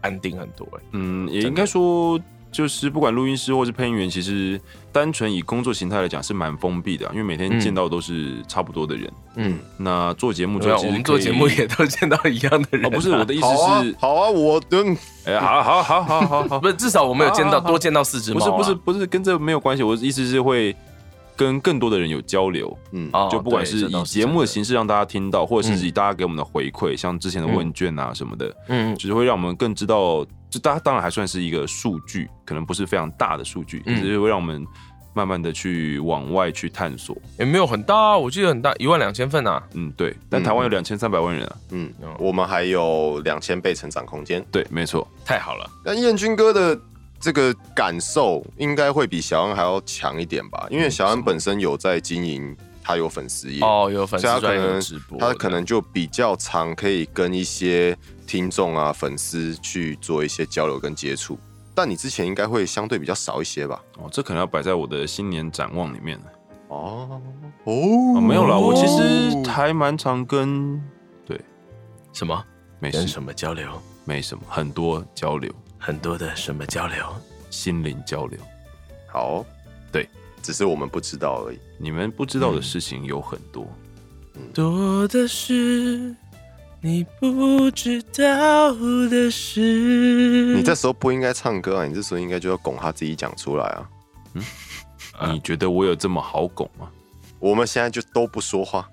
C: 安定很多、欸。
D: 嗯，也应该说，就是不管录音师或是配音员，其实单纯以工作形态来讲是蛮封闭的啊、因为每天
C: 嗯
D: 见到都是差不多的人。
C: 嗯，
D: 那做节目之
C: 对
D: 后
C: 啊，
D: 其
C: 我
D: 实
C: 们做
D: 可以
C: 节目也都见到一样的人、
D: 哦，不是我的意思
B: 好啊
D: 是，，
B: 好啊，我嗯，
D: 哎、好好好好啊 好好，
C: 不是，至少我没有见
D: 好
C: 到
D: 好好
C: 多见到四只
D: 不
C: 猫
D: 是
C: 啊、
D: 不是不是跟这没有关系，我的意思是会跟更多的人有交流。
B: 嗯，
C: 哦，
D: 就不管
C: 对
D: 是
C: 这
D: 以
C: 倒是
D: 节目的
C: 真
D: 形式让大家听到，或者
C: 嗯
D: 是以大家给我们的回馈，像之前的
C: 嗯
D: 问卷啊什么的，
C: 嗯，嗯
D: 就是会让我们更知道，就大家当然还算是一个数据，可能不是非常大的数据，
C: 嗯
D: 只是会让我们慢慢的去往外去探索。
C: 也没有很大啊，我记得很大，一万两千份啊，
D: 嗯，对。但
B: 嗯
D: 台湾有两千三百万人啊，
B: 嗯
C: 哦，
B: 我们还有两千倍成长空间。
D: 对，没错。
C: 太好了，
B: 但燕军哥的这个感受应该会比小安还要强一点吧？
D: 嗯
B: 因为小安本身有在经营，他有粉丝业，
C: 哦，有粉
B: 所以他
C: 丝
B: 可
C: 专有
B: 能
C: 直播，
B: 他可能就比较常可以跟一些听众啊、粉丝去做一些交流跟接触。但你之前应该会相对比较少一些吧？
D: 哦，这可能要摆在我的新年展望里面了。
B: 哦
D: 哦，
B: 哦
D: 没有啦，我其实还蛮常跟
C: 什么
D: 没
C: 跟
D: 事
C: 什么交流，
D: 没什么很多交流，
C: 很多的什么交流，
D: 心灵交流。
B: 好，
D: 对，
B: 只是我们不知道而已。
D: 你们不知道的事情有很多，
B: 嗯
F: 多的是你不知道的事。
D: 嗯
B: 你这时候不应该唱歌啊，你这时候应该就要拱他自己讲出来啊。
C: 嗯
D: 你觉得我有这么好拱吗？
B: 我们现在就都不说话，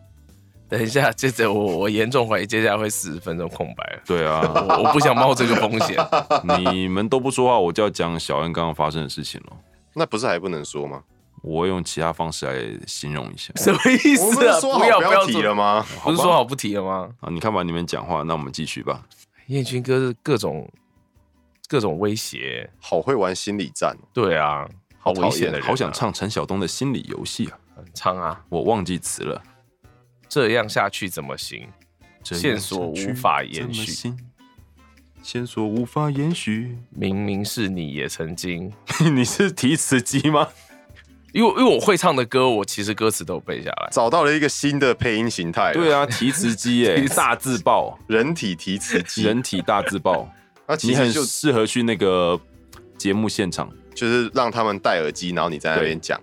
C: 等一下，接着我我严重怀疑接下来会四十分钟空白了，
D: 对啊，
C: 我我不想冒这个风 险，
D: 你们都不说话，我就要讲小恩刚刚发生的事情了。
B: 那不是还不能说吗？
D: 我会用其他方式来形容一下
C: 什么意
B: 我们
C: 思
B: 是
C: 啊？
B: 说好
C: 要不
B: 要
C: 做
B: 提了，吗？
C: 不是说好不提了吗？
D: 啊！你看吧，你们讲话，那我们继续吧。
C: 燕军哥是各种各种威胁，
B: 好会玩心理战哦，
C: 对啊，
B: 好
C: 好
B: 讨厌
C: 危险的人啊，
D: 好想唱陈晓东的心理游戏啊，
C: 唱啊，
D: 我忘记词了。
C: 这样下去怎么行？
D: 这样
C: 线索
D: 下去
C: 无法延
D: 怎么
C: 续
D: 行，线索无法延续。
C: 明明是你也曾经，
D: 你是提词机吗？
C: 因为因为我会唱的歌，我其实歌词都有背下来。
B: 找到了一个新的配音形
C: 哎
B: 态。
D: 对
B: 啊，
D: 啊，提词 机耶，大字报，
B: 人体提词机，
D: 人体大 字报，
B: 那其
D: 你很
B: 实就
D: 适合去那个节目现场，
B: 就是让他们戴耳机，然后你在那边讲，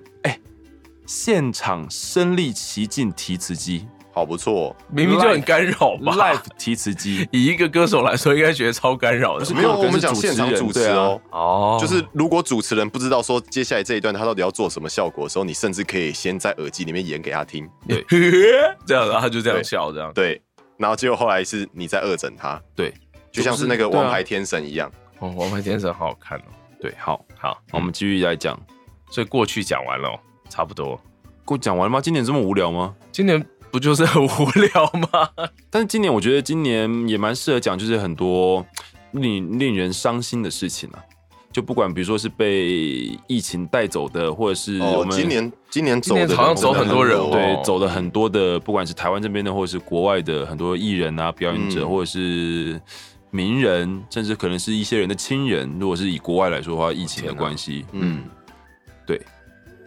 D: 现场身临其境提词机
B: 好不错哦。
C: 明明就很干扰吧。
D: ，live 提词 机。
C: 以一个歌手来说，应该觉得超干扰的
D: 是
B: 没有，
D: 我跟
B: 我们
D: 是
B: 讲
D: 主持
B: 现场
D: 人
B: 主持
D: 对啊
B: 哦。
C: 哦
B: 就是如果主持人不知道说接下来这一段他到底要做什么效果的时候，你甚至可以先在耳机里面演给他听，
C: 这样，然后他就这样
B: 对
C: 笑，这样。
B: 对，然后结果后来是你在恶整他，
D: 对，
B: 就像是那个
D: 对啊
B: 王牌天神一样。
C: 哦，王牌天神好好看哦。
D: 对，好，
C: 好，
D: 我们继续来讲。
C: 所以过去讲完了哦，差不多。
D: 跟我讲完了吗？今年这么无聊吗？
C: 今年不就是很无聊吗？
D: 但是今年我觉得今年也蛮适合讲，就是很多令令人伤心的事情啊。就不管比如说是被疫情带走的，或者是我
B: 哦，
D: 们
B: 今年今年走
C: 今年
B: 的
C: 好像
B: 人
C: 走
B: 真的
C: 很多人哦
D: 对走的很多的，不管是台湾这边的，或者是国外的很多艺人啊、表演者，
B: 嗯
D: 或者是名人，甚至可能是一些人的亲人。如果是以国外来说的话，疫情的
C: 哦天哪
D: 关系，
B: 嗯，
D: 对，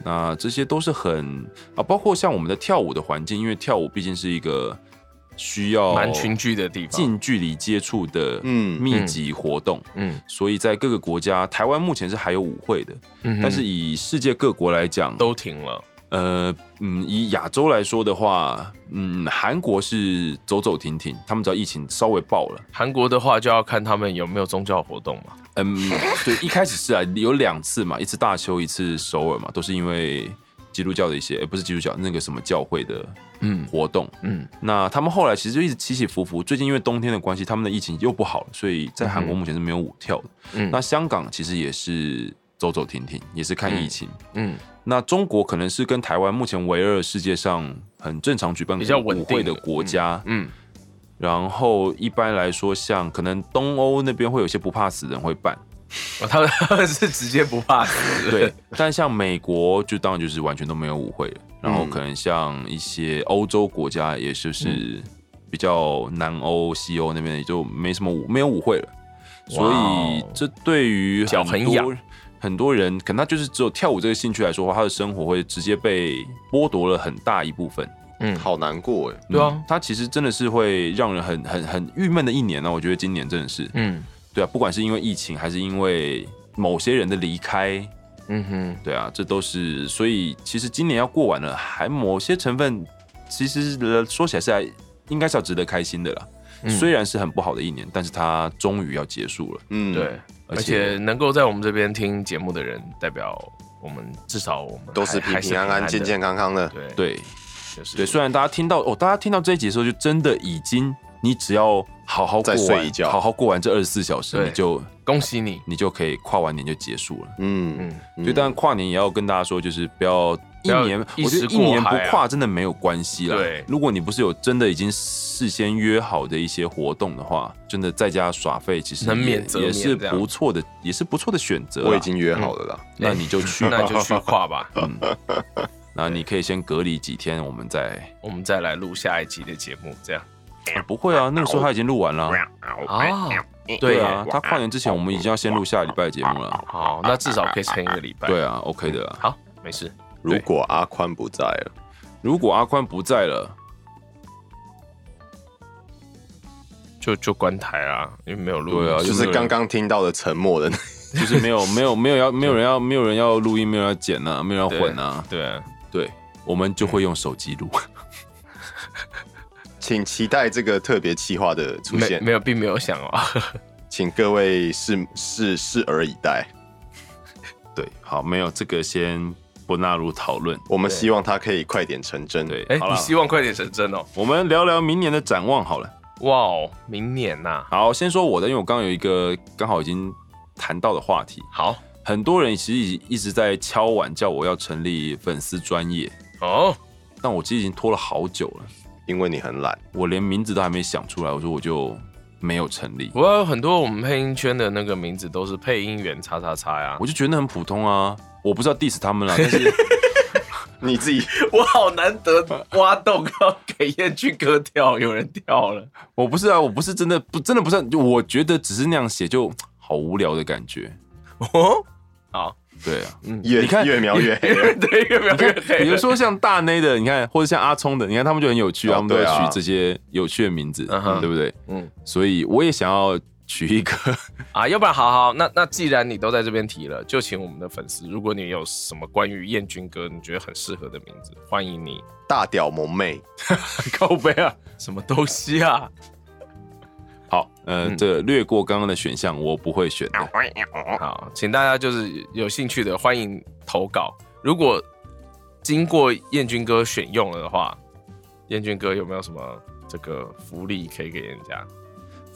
D: 那这些都是很啊，包括像我们的跳舞的环境，因为跳舞毕竟是一个需要
C: 蛮群聚的地方。
D: 近距离接触的
B: 嗯
D: 密集活动，
C: 嗯
D: 所以在各个国家，台湾目前是还有舞会的，
C: 嗯哼，
D: 但是以世界各国来讲，
C: 都停了。
D: 呃，嗯，以亚洲来说的话，嗯，韩国是走走停停，他们只要疫情稍微爆了，
C: 韩国的话就要看他们有没有宗教活动嘛。
D: 嗯， 对，一开始是啊，有两次嘛，一次大修，一次首尔嘛，都是因为基督教的一些，呃不是基督教那个什么教会的
C: 嗯
D: 活动。
C: 嗯，
D: 那他们后来其实就一直起起伏伏，最近因为冬天的关系，他们的疫情又不好了，所以在韩国
C: 嗯
D: 目前是没有舞跳的。
C: 嗯
D: 那香港其实也是走走停停，也是看疫情。
C: 嗯
D: 那中国可能是跟台湾目前唯二世界上很正常举办
C: 比较稳
D: 舞会
C: 定
D: 的
C: 的
D: 国家。
C: 嗯
D: 然后一般来说，像可能东欧那边会有些不怕死的人会办，
C: 哦他们他们是直接不怕死。
D: 对，。但像美国就当然就是完全都没有舞会了，然后
B: 嗯
D: 可能像一些欧洲国家，也就是
C: 嗯
D: 比较南欧、西欧那边也就没什么舞，没有舞会了。所
C: 哇哦
D: 以这对于
C: 脚
D: 很
C: 很
D: 多
C: 痒
D: 很多人可能他就是只有跳舞这个兴趣来说的话，他的生活会直接被剥夺了很大一部分。
C: 嗯，
B: 好难过哎。
C: 对啊
D: 嗯他其实真的是会让人很很很郁闷的一年呢、啊我觉得今年真的是，
C: 嗯
D: 对啊，不管是因为疫情还是因为某些人的离开，
C: 嗯哼，
D: 对啊，这都是，所以其实今年要过完了，还某些成分其实呃说起来是还应该是要值得开心的啦。
C: 嗯
D: 虽然是很不好的一年，但是它终于要结束了。
B: 嗯，
C: 对，，而
D: 而且
C: 且能够在我们这边听节目的人，代表我们至少我们
B: 都是
C: 还
B: 平
C: 还是
B: 平安安、
C: 的
B: 健健康康的。
C: 对对，
D: 对
C: 就是
D: 对，虽然大家听到哦，大家听到这一集的时候，就真的已经，你只要好好过
B: 再
D: 完，
B: 睡一觉
D: 好好过完这二十四小时，
C: 对
D: 你就
C: 恭喜你。
D: 你就可以跨完年就结束了。
B: 嗯，
C: 嗯，
B: 嗯
D: 所以，当然跨年也要跟大家说，就是不要一
C: 要
D: 年，
C: 一
D: 我觉
C: 时
D: 得一
C: 过
D: 年不
C: 海啊
D: 跨真的没有关系啦。
C: 对
D: 如果你不是有真的已经事先约好的一些活动的话，真的在家耍废，其实
C: 能
D: 也
C: 免则
D: 也
C: 免
D: 是
C: 这样
D: 不错的，也是不错的选择啦。
B: 我已经约好了啦。
D: 那你 就去
C: 那
D: 吧，
C: 就去跨吧，
D: 那你可以先隔离几天，我们再
C: 我们再来录下一集的节目，这样
D: 不会啊，那个时候他已经录完了。
C: 啊，
D: 对
C: 对
D: 啊
C: 啊，，
D: 他跨年之前我们已经要先录下礼拜的节目了。
C: 好，那至少可以撑一个礼拜，
D: 对，啊，OK 的啦。
C: 好，没事，
B: 如果阿宽不在了，
D: 如果阿宽不在了，
C: 就就关台啦，因为没有录音，
D: 对啊，
B: 就
D: 就是是
B: 刚刚听到的沉默的那，
D: 就是没有没有没有要没有人要没有人要录音，没有人要剪啊，没有人
C: 对
D: 要混啊，
C: 对啊，
D: 对，我们就会用手机录。
B: 请期待这个特别企划的出
C: 没
B: 现
C: 没，有，并没有想啊，
B: 请各位拭拭拭而以待。
D: 对，好，没有这个先不纳入讨论。
B: 我们希望他可以快点成真。
D: 对，
C: 哎，
D: 好
C: 你
D: 了，
C: 希望快点成真哦，
D: 我们聊聊明年的展望好了。
C: 哇哦，明年呐，
D: 好，先说我的，因为我刚刚有一个刚好已经谈到的话题，
C: 好
D: 很多人其实已一直在敲碗叫我要成立粉丝专业，
C: 哦，
D: 但我其实已经拖了好久了，
B: 因为你很懒，
D: 我连名字都还没想出来，我说我就没有成立，
C: 我有很多我们配音圈的那个名字都是配音员叉叉叉呀，
D: 我就觉得很普通啊，我不知道 diss 他 们啦，但是。
B: 你自己
C: 我好难得挖洞要给燕去歌跳，有人跳了，
D: 我不是啊，我不是真的不真的不是啊，就我觉得只是那样写就好无聊的感觉。
C: 哦，好，
D: 对啊，
B: 越
D: 你看
B: 越描越黑了。
C: 对，越 描越黑了，
D: 比如说像大内的，你看，或者像阿聪的，你看他们就很有趣，
B: 哦
D: 他们都会
B: 对啊
D: 取这些有趣的名字，
C: 嗯哼
D: 对不对？
C: 嗯
D: 所以我也想要取一个
C: 啊，要不然好好，那那既然你都在这边提了，就请我们的粉丝，如果你有什么关于燕军哥你觉得很适合的名字，欢迎 你。
B: 大屌萌妹，
C: 告白啊，什么东西啊？
D: 好，呃，
C: 嗯
D: 这略过刚刚的选项，我不会选的。
C: 好，请大家就是有兴趣的欢迎投稿。如果经过燕军哥选用了的话，燕军哥有没有什么这个福利可以给人家？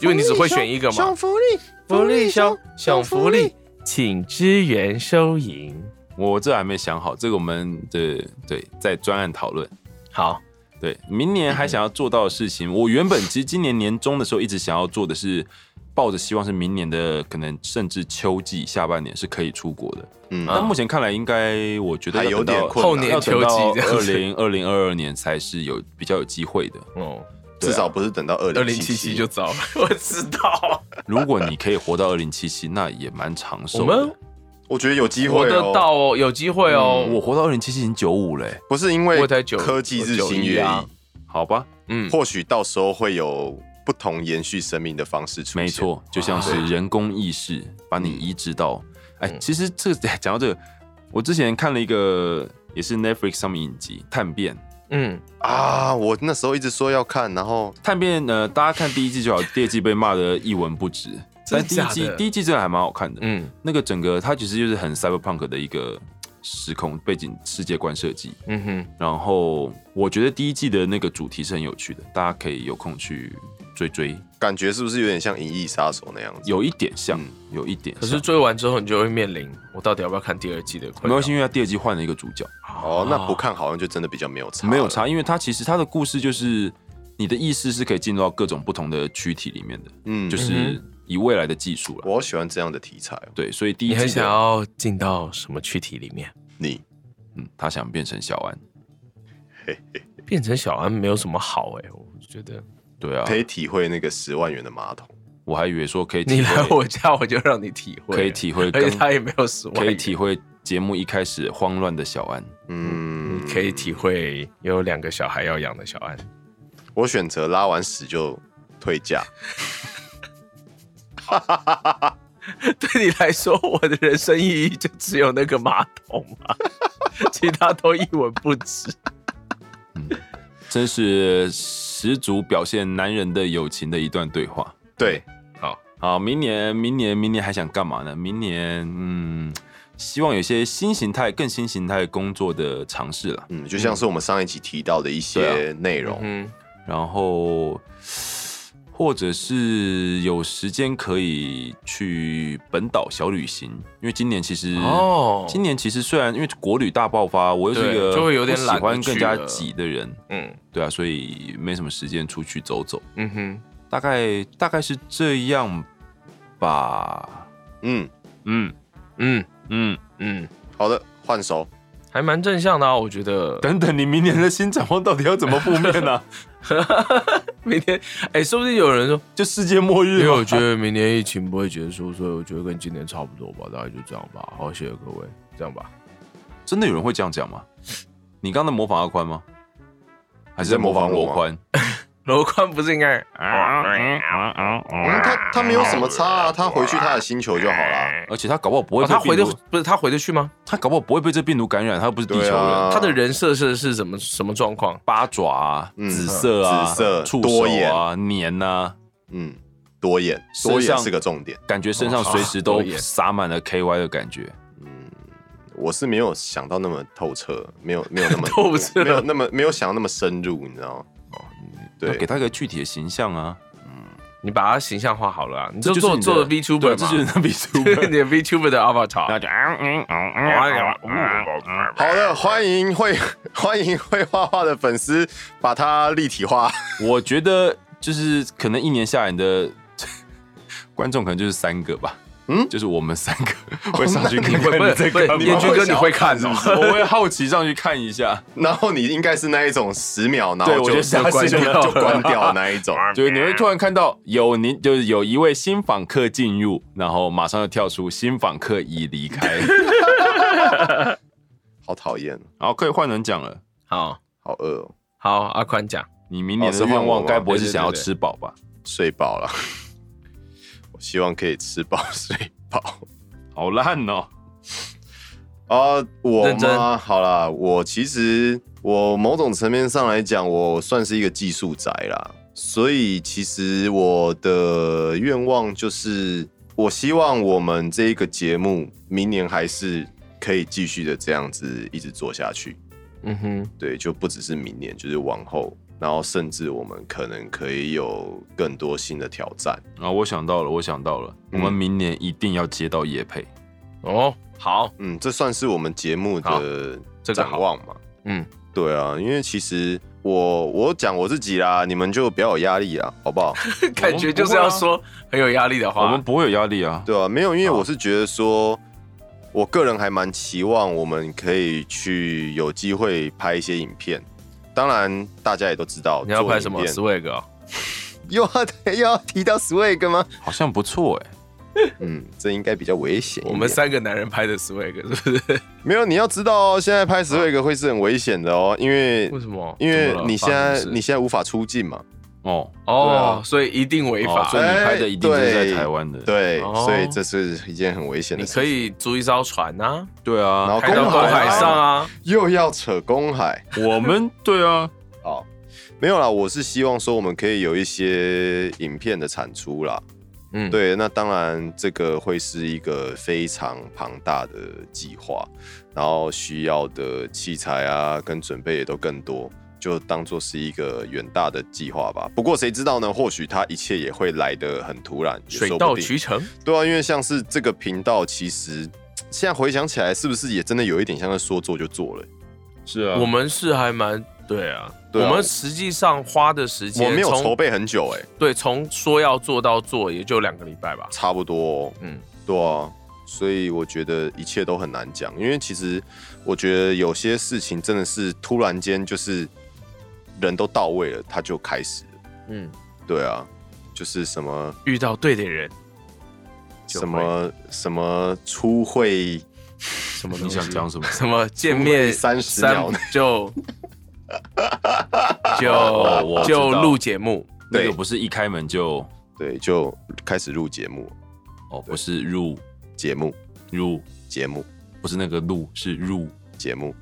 C: 因为你只会选一个嘛，
F: 福利，
C: 福利熊熊福利，请支援收银。
D: 我这还没想好，这个我们的对在专案讨论。
C: 好，
D: 对，明年还想要做到的事情，我原本其实今年年中的时候一直想要做的是，抱着希望是明年的可能甚至秋季下半年是可以出国的。
B: 嗯，
D: 但目前看来，应该我觉得
B: 还
D: 要
B: 有
D: 等到
B: 点困
C: 后
B: 难
C: 年
D: 要
C: 秋
D: 等
C: 季
D: 到
C: 这样
D: 二
C: 子
D: 零二零二二年才是有比较有机会的。
C: 哦，
B: 至少不是等到二
C: 二
B: 零
C: 零七七就糟了， 我知道。
D: 如果你可以活到二零七七，那也蛮长寿
C: 我
D: 的
C: 们。
B: 我觉得有机
C: 活
B: 会
C: 得
B: 哦。
C: 到哦，有机会哦。
D: 我活到二零七七已经九五嘞，
B: 不是因
C: 我
B: 为
C: 也才九
B: 科技日
C: 我九
B: 新
C: 一
B: 月
C: 啊
B: 异，
D: 好吧，
C: 嗯，
B: 或许到时候会有不同延续生命的方式出现。
D: 没，错，就像是人工意识把
C: 嗯
D: 你移植到，哎，其实这 个讲到这个，我之前看了一个也是 Netflix 上面影集《探变》，
C: 嗯，
B: 啊，我那时候一直说要看，然后
D: 《探变》呢，大家看第一季就好，第二季被骂的一文不 值，
C: 真
D: 但
C: 的
D: 第一
C: 假
D: 季
C: 的
D: 第一季真的还蛮好看的，
C: 嗯
D: 那个整个它其实就是很 cyberpunk 的一个时空背景世界观设计。
C: 嗯哼，
D: 然后我觉得第一季的那个主题是很有趣的，大家可以有空去追追，
B: 感觉是不是有点像《银翼杀手》那样子？
D: 有一点像，
B: 嗯
D: 有一点像。
C: 可是追完之后，你就会面临我到底要不要看第二季的困扰
D: 没关系，因为他第二季换了一个主角，
B: 哦，那
C: 啊
B: 不看好像就真的比较没有差，
D: 没有。差，因为他其实他的故事就是你的意识是可以进入到各种不同的躯体里面的，
B: 嗯，
D: 就
B: 就是
D: 是以未来的技术了。
B: 我好喜欢这样的题材哦。
D: 对，所以第一
C: 你
D: 季
C: 很
D: 的
C: 想要进到什么躯体里面？
B: 你
D: 嗯，他想变成小安，
C: 变成小安没有什么好哎、我觉得
D: 对啊
B: 可，以体会那个十万元的马桶，
D: 我还以为说可以
C: 你
D: 体
C: 来
D: 会，
C: 我家，我就让你体会，
D: 可以体会
C: 而且
D: 更
C: 他也没有十万
D: 可以
C: 元，
D: 体会节目一开始慌乱的小安，
B: 嗯，
C: 可以体会有两个小孩要养的小 安。
B: 我选择拉完屎就退价。
C: 对你来说，我的人生意义就只有那个马桶 嘛，其他都一文不值。
D: 真是十足表现男人的友情的一段对话。
B: 对，
C: 好，
D: 好，明年，明年，明年还想干嘛呢？明年，嗯，希望有些新形态、更新形态工作的尝试啦。
B: 嗯，就像是我们上一集提到的一
D: 啊
B: 些内容，
C: 嗯，
D: 然后，或者是有时间可以去本岛小旅行，因为今年其实
C: 哦
D: 今年其实虽然因为国旅大爆发，我又是一个
C: 对就会有点
D: 不喜
C: 懒得
D: 欢更加
C: 去了
D: 挤的人，
C: 嗯
D: 对啊，所以没什么时间出去走走，
C: 嗯哼，
D: 大概大概是这样吧。
B: 嗯，
D: 嗯
C: 嗯
D: 嗯。
C: 嗯，
B: 好的，换手，
C: 还蛮正向的、啊，我觉得。
D: 等等，你明年的新展望到底要怎么负面 呢、啊？
C: 明天，哎、说不定有人说，
D: 就世界末
C: 因
D: 日
C: 为
D: 吗
C: 我觉得明年疫情不会结束，所以我觉得跟今年差不多吧，大概就这样吧。好，谢谢各位，这样吧。
D: 真的有人会这样讲吗？你刚刚在模仿阿宽吗？还是在
B: 你在模
D: 模仿
B: 仿我
D: 罗
B: 吗
D: 宽？
C: 罗宽不是应该
B: 嗯，他他没有什么差啊，他回去他的星球就好啦。
D: 而且他搞不好不会
C: 哦，
D: 被
C: 他回
D: 病
C: 得
D: 毒
C: 不是他回得去吗？
D: 他搞不好不会被这病毒感染，他又不是地球
B: 对
D: 人。
B: 啊
C: 他的人设是是什么什么状况？
D: 八爪、啊、
B: 嗯
D: 紫色啊、
B: 紫色
D: 触
B: 多
D: 手
B: 眼
D: 啊、黏啊，
B: 嗯，多眼，
D: 身
B: 多眼
D: 上
B: 是个重点。
D: 感觉身上
C: 哦
D: 随时
C: 多
D: 都
C: 眼
D: 撒满了 KY 的感觉。
B: 我是没有想到那么透彻，没 有没有那么
C: 透彻
B: 没有那么没有想到那么深入，你知道吗？嗯
D: 要给
B: 对，
D: 他一个具体的形象啊！
C: 你把他形象化好了啊，你就
D: 这就是
C: 做
D: 你的
C: 做 VTuber
D: 对，这就是
C: 嘛，
D: 那 VTuber。
C: 你的 VTuber 的 avatar。
B: 好的，欢迎会 欢迎会画画的粉丝把它立体化。
D: 我觉得就是可能一年下来，你的 观众可能就是三个吧。嗯，
B: 嗯哦
D: 就是我们三个 会上去看
C: 不
D: 看
C: 不
D: 你这
C: 不
D: 个，，
B: 你
C: 彦
B: 们
C: 君
B: 会
C: 哥
B: 想
C: 你
B: 要
C: 会看
B: 看是
C: 哦
B: 不？是
D: 我会好奇上去看一下。
B: 然后你应该是那一种十秒，然
D: 对
B: 后
D: 我
B: 就
D: 觉
B: 就
D: 得他
B: 关
D: 是
B: 就
D: 那种
B: 就关掉那一种。
D: 就是你会突然看到有您，就是有一位新访客进入，然后马上就跳出新访客已 离开，然
B: 好讨厌，哦
D: 后可以换人讲了。
C: 好
B: 好饿、哦，
C: 好，阿宽讲，
D: 你明年
B: 哦
D: 的
B: 是换
D: 愿
B: 我
D: 望
B: 吗
D: 该不会是
C: 对对
D: 想要
C: 对对
D: 吃饱
B: 哦
D: 吧？
B: 睡饱了。 我希望可以吃饱 睡饱。
D: 好烂哦！
B: 啊，我
C: 认真
B: 吗？好啦，我其实我某种层面上来讲，我算是一个技术宅啦，所以其实我的愿望就是，我希望我们这一个节目明年还是可以继续的这样子一直做下去。
C: 嗯哼，
B: 对，就不只是明年，就是往后，然后甚至我们可能可以有更多新的挑战。
D: 啊，我想到了，我想到了，我
B: 嗯
D: 们明年一定要接到叶配。
C: 哦，好，
B: 嗯，这算是我们节目
C: 好
B: 的
C: 这个
B: 展
C: 好
B: 望嘛？
C: 嗯，
B: 对啊，因为其实我我讲我自己啦，你们就不要有压力啦，好不好？
C: 感觉就是要说很有压力的
D: 我
C: 话
D: 们。不会有压力啊，
B: 对啊，没有，因为我是觉得说，我个人还蛮期望我们可以去有机会拍一些影片。当然，大家也都知道，
C: 你要
B: 做
C: 拍
B: 影
C: 什么
B: 片
C: swag 哦？
B: 又要又要提到 swag 吗？
D: 好像不错哎。
B: 嗯，这应该比较危险一点。
C: 我们三个男人拍的 swag 是不是？
B: 没有，你要知道哦，现在拍 swag 会是很危险的哦，因为
C: 为什么？
B: 因为
C: 怎么了
B: 你现在
C: 发生什么事
B: 你现在无法出境嘛，
D: 哦，
C: 哦，所以一定违
D: 哦
C: 法，
D: 所以你
B: 哎
D: 拍的一定就是在
B: 对
D: 台湾的，
B: 对，
C: 哦
B: 所以这是一件很危险
C: 你
B: 的
C: 可
B: 事。
C: 以租一艘船啊，
D: 对啊，
B: 然后
C: 开到
B: 公
C: 公
B: 海
C: 海
B: 啊
C: 上啊，
B: 又要扯公海
D: 我们对啊，
B: 哦，没有啦，我是希望说我们可以有一些影片的产出啦。
C: 嗯，
B: 对，那当然这个会是一个非常庞大的计划，然后需要的器材啊跟准备也都更多，就当做是一个远大的计划吧。不过谁知道呢？或许它一切也会来得很突然，也
C: 水
B: 说不
C: 到
B: 定
C: 渠成，
B: 对啊，因为像是这个频道，其实现在回想起来，是不是也真的有一点像是说做就做了？
D: 是啊，
C: 我们 是还蛮对啊，
B: 对啊
C: 我们实际上花的时间
B: 我没有
C: 从
B: 筹备很久、欸，哎，
C: 对，从说要做到做也就两个礼拜吧。
B: 差不多、
C: 嗯
B: 嗯，对啊，所以我觉得一切都很难讲，因为其实我觉得有些事情真的是突然间就是人都到位了，它就开始了。
C: 嗯，
B: 对啊，就是什么
C: 遇到对的人，就会
B: 什么什么初会
C: 什么
D: 你
C: 东西
D: 想讲什么？
C: 什么见面
B: 初会30秒
C: 就就
B: 哦
D: 我知
C: 就
D: 道
C: 录节目，
D: 那
B: 对
D: 个不是一开门就
B: 对就开始录节目，
D: 哦，不是入
B: 节目
D: 入，
B: 节目
D: 不是那个路，是入。
B: 节目，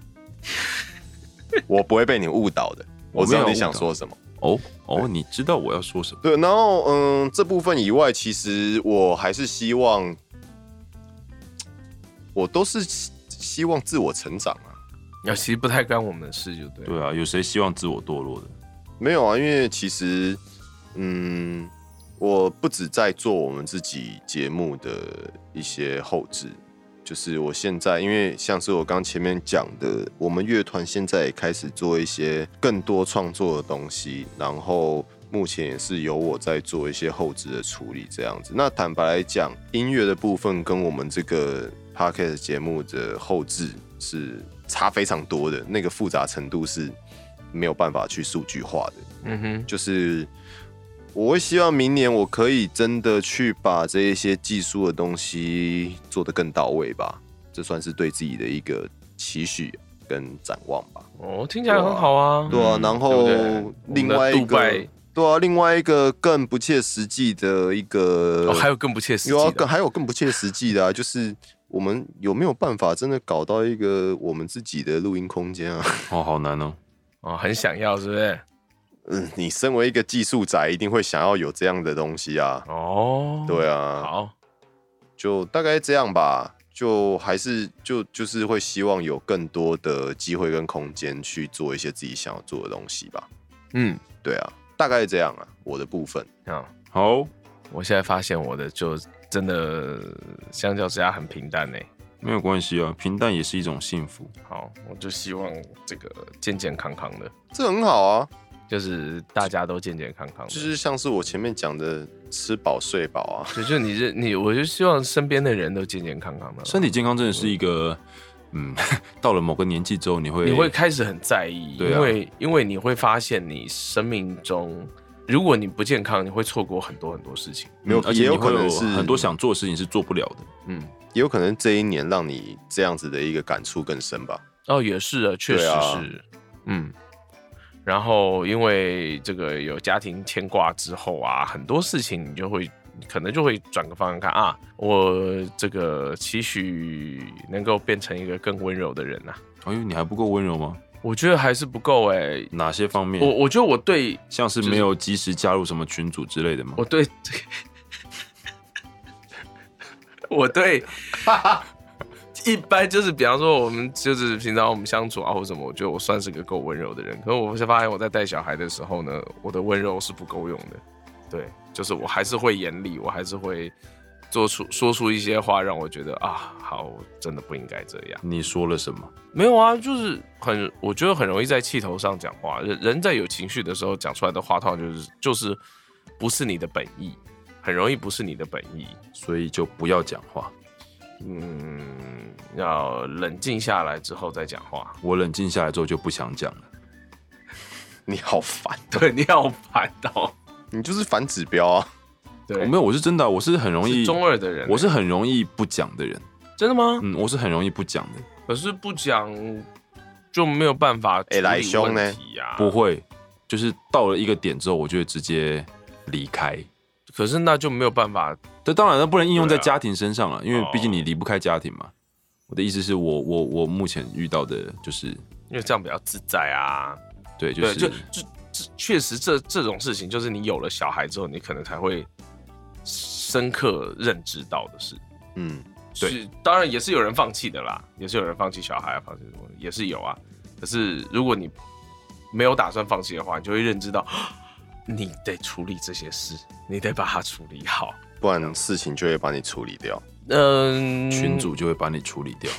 B: 我不会被你误导的，我知道
D: 我没有
B: 你想
D: 误导
B: 说什么。
D: 哦哦，你知道我要说什么？
B: 对，然后嗯，这部分以外，其实我还是希望，我都是希希望自我成长啊。
C: 啊，其实不太干我们的事，就对。
D: 对啊，有谁希望自我堕落的？
B: 没有啊，因为其实嗯，我不止在做我们自己节目的一些后置，就是我现在因为像是我刚前面讲的，我们乐团现在也开始做一些更多创作的东西，然后目前也是由我在做一些后置的处理这样子。那坦白来讲，音乐的部分跟我们这个 podcast 节目的后置是差非常多的，那个复杂程度是没有办法去数据化的。
C: 嗯哼，
B: 就是我会希望明年我可以真的去把这一些技术的东西做得更到位吧，这算是对自己的一个期许跟展望吧。
C: 哦，听起来很好啊。
B: 对啊，
D: 嗯
B: 然后
C: 对不对
B: 另外
C: 我
B: 一
C: 们的杜拜
B: 个，对啊，另外一个更不切实际的一个，
C: 哦，还有更不切实
B: 有啊，
C: 际
B: 更
C: 的，
B: 还有更不切实际的啊，就是。我们有没有办法真的搞到一个我们自己的录音空间啊？
D: 哦，好难哦。
C: 哦，很想要，是不是？
B: 嗯，你身为一个技术宅，一定会想要有这样的东西啊。
C: 哦，，
B: 对啊，
C: 好，
B: 就大概这样吧。就还是就就是会希望有更多的机会跟空间去做一些自己想要做的东西吧。
C: 嗯，
B: 对啊，大概这样啊，我的部分。
C: 好，
D: 好，
C: 我现在发现我的就真的相较之下很平淡呢。欸
D: 没有关系啊，平淡也是一种幸福。
C: 好，我就希望这个健健康康的，
B: 这很好啊，
C: 就是大家都健健康康的。
B: 就是像是我前面讲的，吃饱睡饱啊。
C: 就就你认你，我就希望身边的人都健健康康的。
D: 身体健康真的是一个，嗯， 到了某个年纪之后，你会
C: 你会开始很在意，
D: 对啊
C: 因为因为你会发现你生命中，如果你不健康，你会错过很多很多事情。
B: 没有
D: 嗯而
B: 也
D: 且
B: 有
D: 你会
B: 可
D: 有
B: 能是
D: 很多想做的事情是做不了的。
C: 嗯，
B: 也有可能这一年让你这样子的一个感触更深吧。
C: 哦，也是啊，确实
B: 对啊
C: 是，嗯。然后因为这个有家庭牵挂之后啊，很多事情你就会可能就会转个方向看啊，我这个期许能够变成一个更温柔的人啊，
D: 哎呦，你还不够温柔吗？
C: 我觉得还是不够哎、
D: 哪些方面？
C: 我我觉得我对
D: 像是没有及时加入什么群组之类的吗
C: 我？对这个，我对一般就是，比方说我们就是平常我们相处啊或什么，我觉得我算是个够温柔的人。可是我是发现我在带小孩的时候呢，我的温柔是不够用的。对，就是我还是会严厉，我还是会做出说出一些话，让我觉得啊，好，我真的不应该这样。
D: 你说了什么？
C: 没有啊，就是很，我觉得很容易在气头上讲话。人人在有情绪的时候讲出来的话，通常就是就是不是你的本意，很容易不是你的本意。
D: 所以就不要讲话。
C: 嗯，要冷静下来之后再讲话。
D: 我冷静下来之后就不想讲了。
B: 你好烦，
C: 对，你好烦哦。
B: 你就是反指标啊。
C: 对，
D: 我没有，我是真的啊，我是很容易
C: 是中二的人欸，
D: 我是很容易不讲的人，
C: 真的吗？
D: 嗯，我是很容易不讲的，
C: 可是不讲就没有办法处
B: 哎来
C: 理
B: 凶呢
C: 问题啊。
D: 不会，就是到了一个点之后，我就会直接离开。
C: 可是那就没有办法，
D: 这当然了，不能应用在
C: 对啊
D: 家庭身上了，因为
C: 哦
D: 毕竟你离不开家庭嘛。我的意思是我我我目前遇到的就是
C: 因为这样比较自在啊。
D: 对，就
C: 对，
D: 是
C: 就就这确实这这种事情，就是你有了小孩之后，你可能才会深刻认知到的事。
B: 嗯，
D: 对
C: 是，当然也是有人放弃的啦，也是有人放弃小孩啊，放弃什么的也是有啊。可是如果你没有打算放弃的话，你就会认知到，你得处理这些事，你得把它处理好。
B: 不然事情就会把你处理掉。
C: 嗯，
D: 群主就会把你处理掉。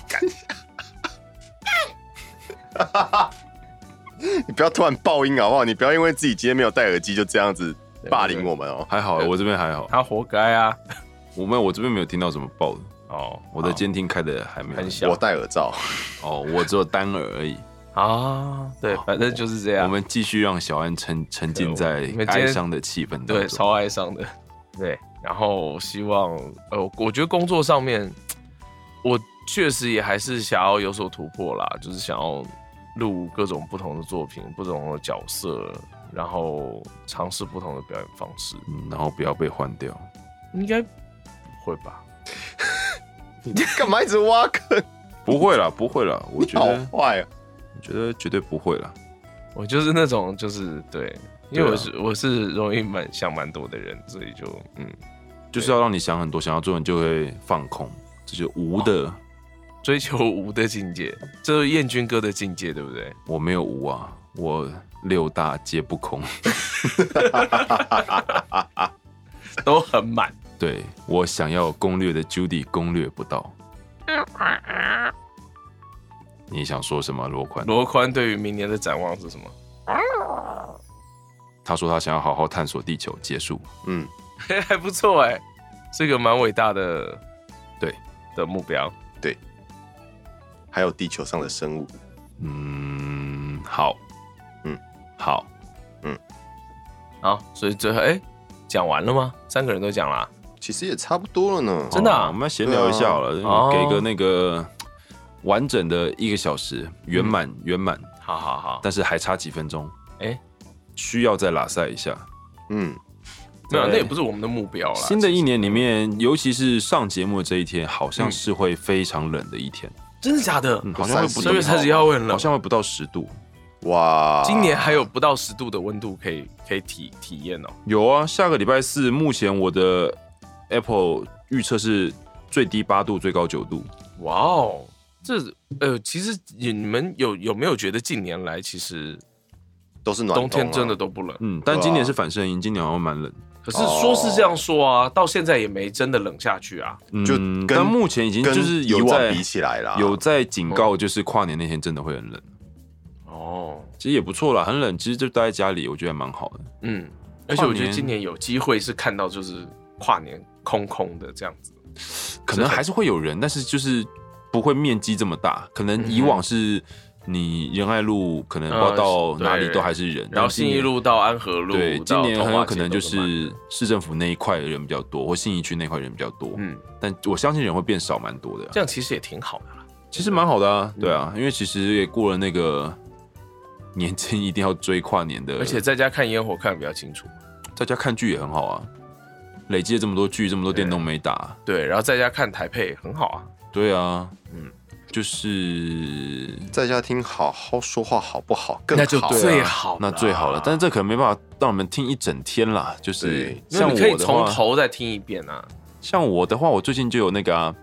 B: 你不要突然爆音好不好？你不要因为自己今天没有戴耳机就这样子霸凌我们哦。
D: 还好，啊我这边还好，
C: 他活该啊。
D: 我没有，我这边没有听到什么爆的，
C: 哦，
D: 我的监听开的还没
C: 很小
B: 我戴耳罩，
D: 哦，我只有单耳而已。
C: 啊，对，反正就是这样。
D: 我们继续让小安沉沉浸在
C: 对我们今天
D: 哀伤的气氛当中。
C: 对，超哀伤的。 对，然后希望呃，我我觉得工作上面，我确实也还是想要有所突破啦，就是想要录各种不同的作品、不同的角色，然后尝试不同的表演方式，
D: 嗯，然后不要被换掉。
C: 应该不会吧？
B: 干嘛一直挖坑？
D: 不会啦，不会啦，我觉
B: 好
D: 得，
B: 坏哦！
D: 我觉得绝对不会啦。
C: 我就是那种就是对，因
D: 对
C: 为
D: 啊
C: 我是、我是容易蛮想蛮多的人，所以就嗯，
D: 就是要让你想很多，想要做，你就会放空，这就是无的。
C: 追求无的境界，这是燕军哥的境界，对不对？
D: 我没有无啊，我六大皆不空。
C: 都很 满。
D: 对我想要攻略的 Judy 攻略不到。你想说什么，罗宽？
C: 罗宽对于明年的展望是什么？
D: 他说他想要好好探索地球，结束。
B: 嗯，
C: 还不错哎、是个蛮伟大的，
D: 对
C: 的目标。
B: 还有地球上的生物，
D: 嗯，好，
B: 嗯，
D: 好，
C: 好，所以最后哎，讲、完了啊吗？三个人都讲啦，
B: 其实也差不多了呢。
C: 真的啊
D: 哦好我们要闲聊一下好
C: 对啊哦
D: 了，给个那个完整的一个小时，圆满
C: 嗯
D: 圆满，
C: 好好好，
D: 但是还差几分钟，
C: 哎
D: 需要再拉塞一下。
B: 嗯，
C: 没有，
D: 对
C: 那也不是我们的目标啦。
D: 新的一年里面，尤其是上节目的这一天，好像是会非常冷的一天，
C: 真的假的？
D: 嗯，好像会不
C: 三月三十一号会很冷
D: 好，像会不到十度。
B: 哇，
C: 今年还有不到十度的温度可以可以体体验哦。
D: 有啊，下个礼拜四，目前我的 Apple 预测是最低八度，最高九度。
C: 哇哦，这呃，其实你们有有没有觉得近年来其实
B: 都是暖
C: 冬天
B: 啊
C: 真的都不冷？
D: 嗯，但
C: 啊
D: 今年是反圣音，今年好像蛮冷。
C: 可是说是这样说啊，到现在也没真的冷下去啊。
D: 嗯，
B: 就跟
D: 但目前已经
B: 跟
D: 就是
B: 以
D: 有在
B: 往比起来啦，
D: 有在警告，就是跨年那天真的会很冷。
C: 哦，
D: 其实也不错啦，很冷，其实就待在家里，我觉得蛮好的。
C: 嗯，而且我觉
D: 跨
C: 得
D: 年
C: 今年有机会是看到就是跨年空空的这样子，
D: 可能还是会有人，但是就是不会面积这么大。可能以往是你仁爱路，可能不知道到
C: 嗯嗯
D: 哪里
C: 对
D: 都还是人，
C: 然后
D: 但今
C: 信
D: 年
C: 义。路到安和路，
D: 对，今
C: 到
D: 年
C: 桐
D: 很
C: 华
D: 有
C: 街
D: 可能
C: 都
D: 就
C: 满人
D: 是市政府那一块的人比较多，或信义区那块人比较多。
C: 嗯，
D: 但我相信人会变少蛮多的啊、
C: 这嗯样其实也挺好的啦。
D: 其实蛮好的啊，对啊，因为其实也过了那个年 轻一定要追跨年的，
C: 而且在家看烟火看得比较清楚，
D: 在家看剧也很好啊，累积了这么多剧，这么多电动没打，
C: 对，然后在家看台配很好啊。
D: 对啊，
C: 嗯
D: 嗯，就是
B: 在家听好好说话好不好？更
C: 那就
B: 好啊
C: 最好啦
D: 那最好了，但是这可能没办法让我们听一整天啦，就是
B: 对
D: 像
C: 那你可以
D: 我的
C: 从
D: 话，
C: 头再听一遍啊。
D: 像我的话，我最近就有那个、啊、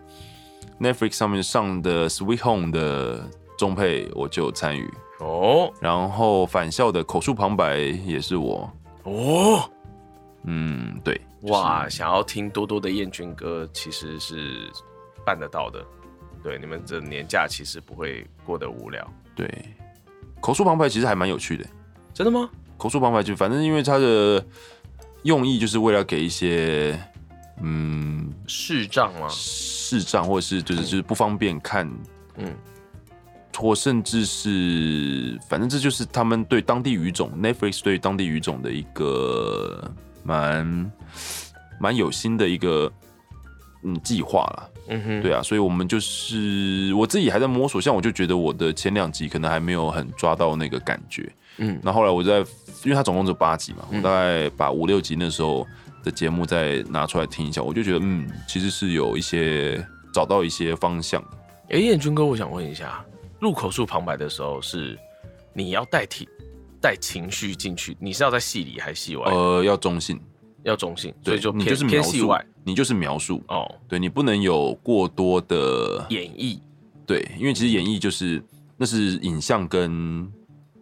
D: Netflix 上面上的《Sweet Home》的中配，我就有参与，
C: 哦
D: 然后返校的口述旁白也是我，
C: 哦，
D: 嗯，对，
C: 哇，想要听多多的燕军歌，其实是办得到的。对，你们这年假其实不会过得无聊，
D: 对，口述旁白其实还蛮有趣的。
C: 真的吗？
D: 口述旁白就反正因为它的用意就是为了给一些嗯
C: 视障吗？
D: 视障或者是就是就是不方便看，
C: 嗯，
D: 或甚至是反正这就是他们对当地语种 Netflix 对当地语种的一个蛮蛮有心的一个嗯计划啦。
C: 嗯哼，
D: 对啊，所以我们就是我自己还在摸索，像我就觉得我的前两集可能还没有很抓到那个感觉。
C: 嗯
D: 那后来我在，因为它总共只有八集嘛，我大概把五六集那时候的节目再拿出来听一下，我就觉得嗯，其实是有一些找到一些方向的。
C: 哎、彦军哥，我想问一下，入口述旁白的时候是你要带体带情绪进去，你是要在戏里还是戏外？
D: 呃，要中性，
C: 要中性，所
D: 对，
C: 以就
D: 你
C: 偏
D: 就是
C: 偏
D: 描
C: 戏
D: 述
C: 外，
D: 你就是描述，
C: 哦，
D: 对你不能有过多的
C: 演绎
D: 对，因为其实演绎就是那是影像跟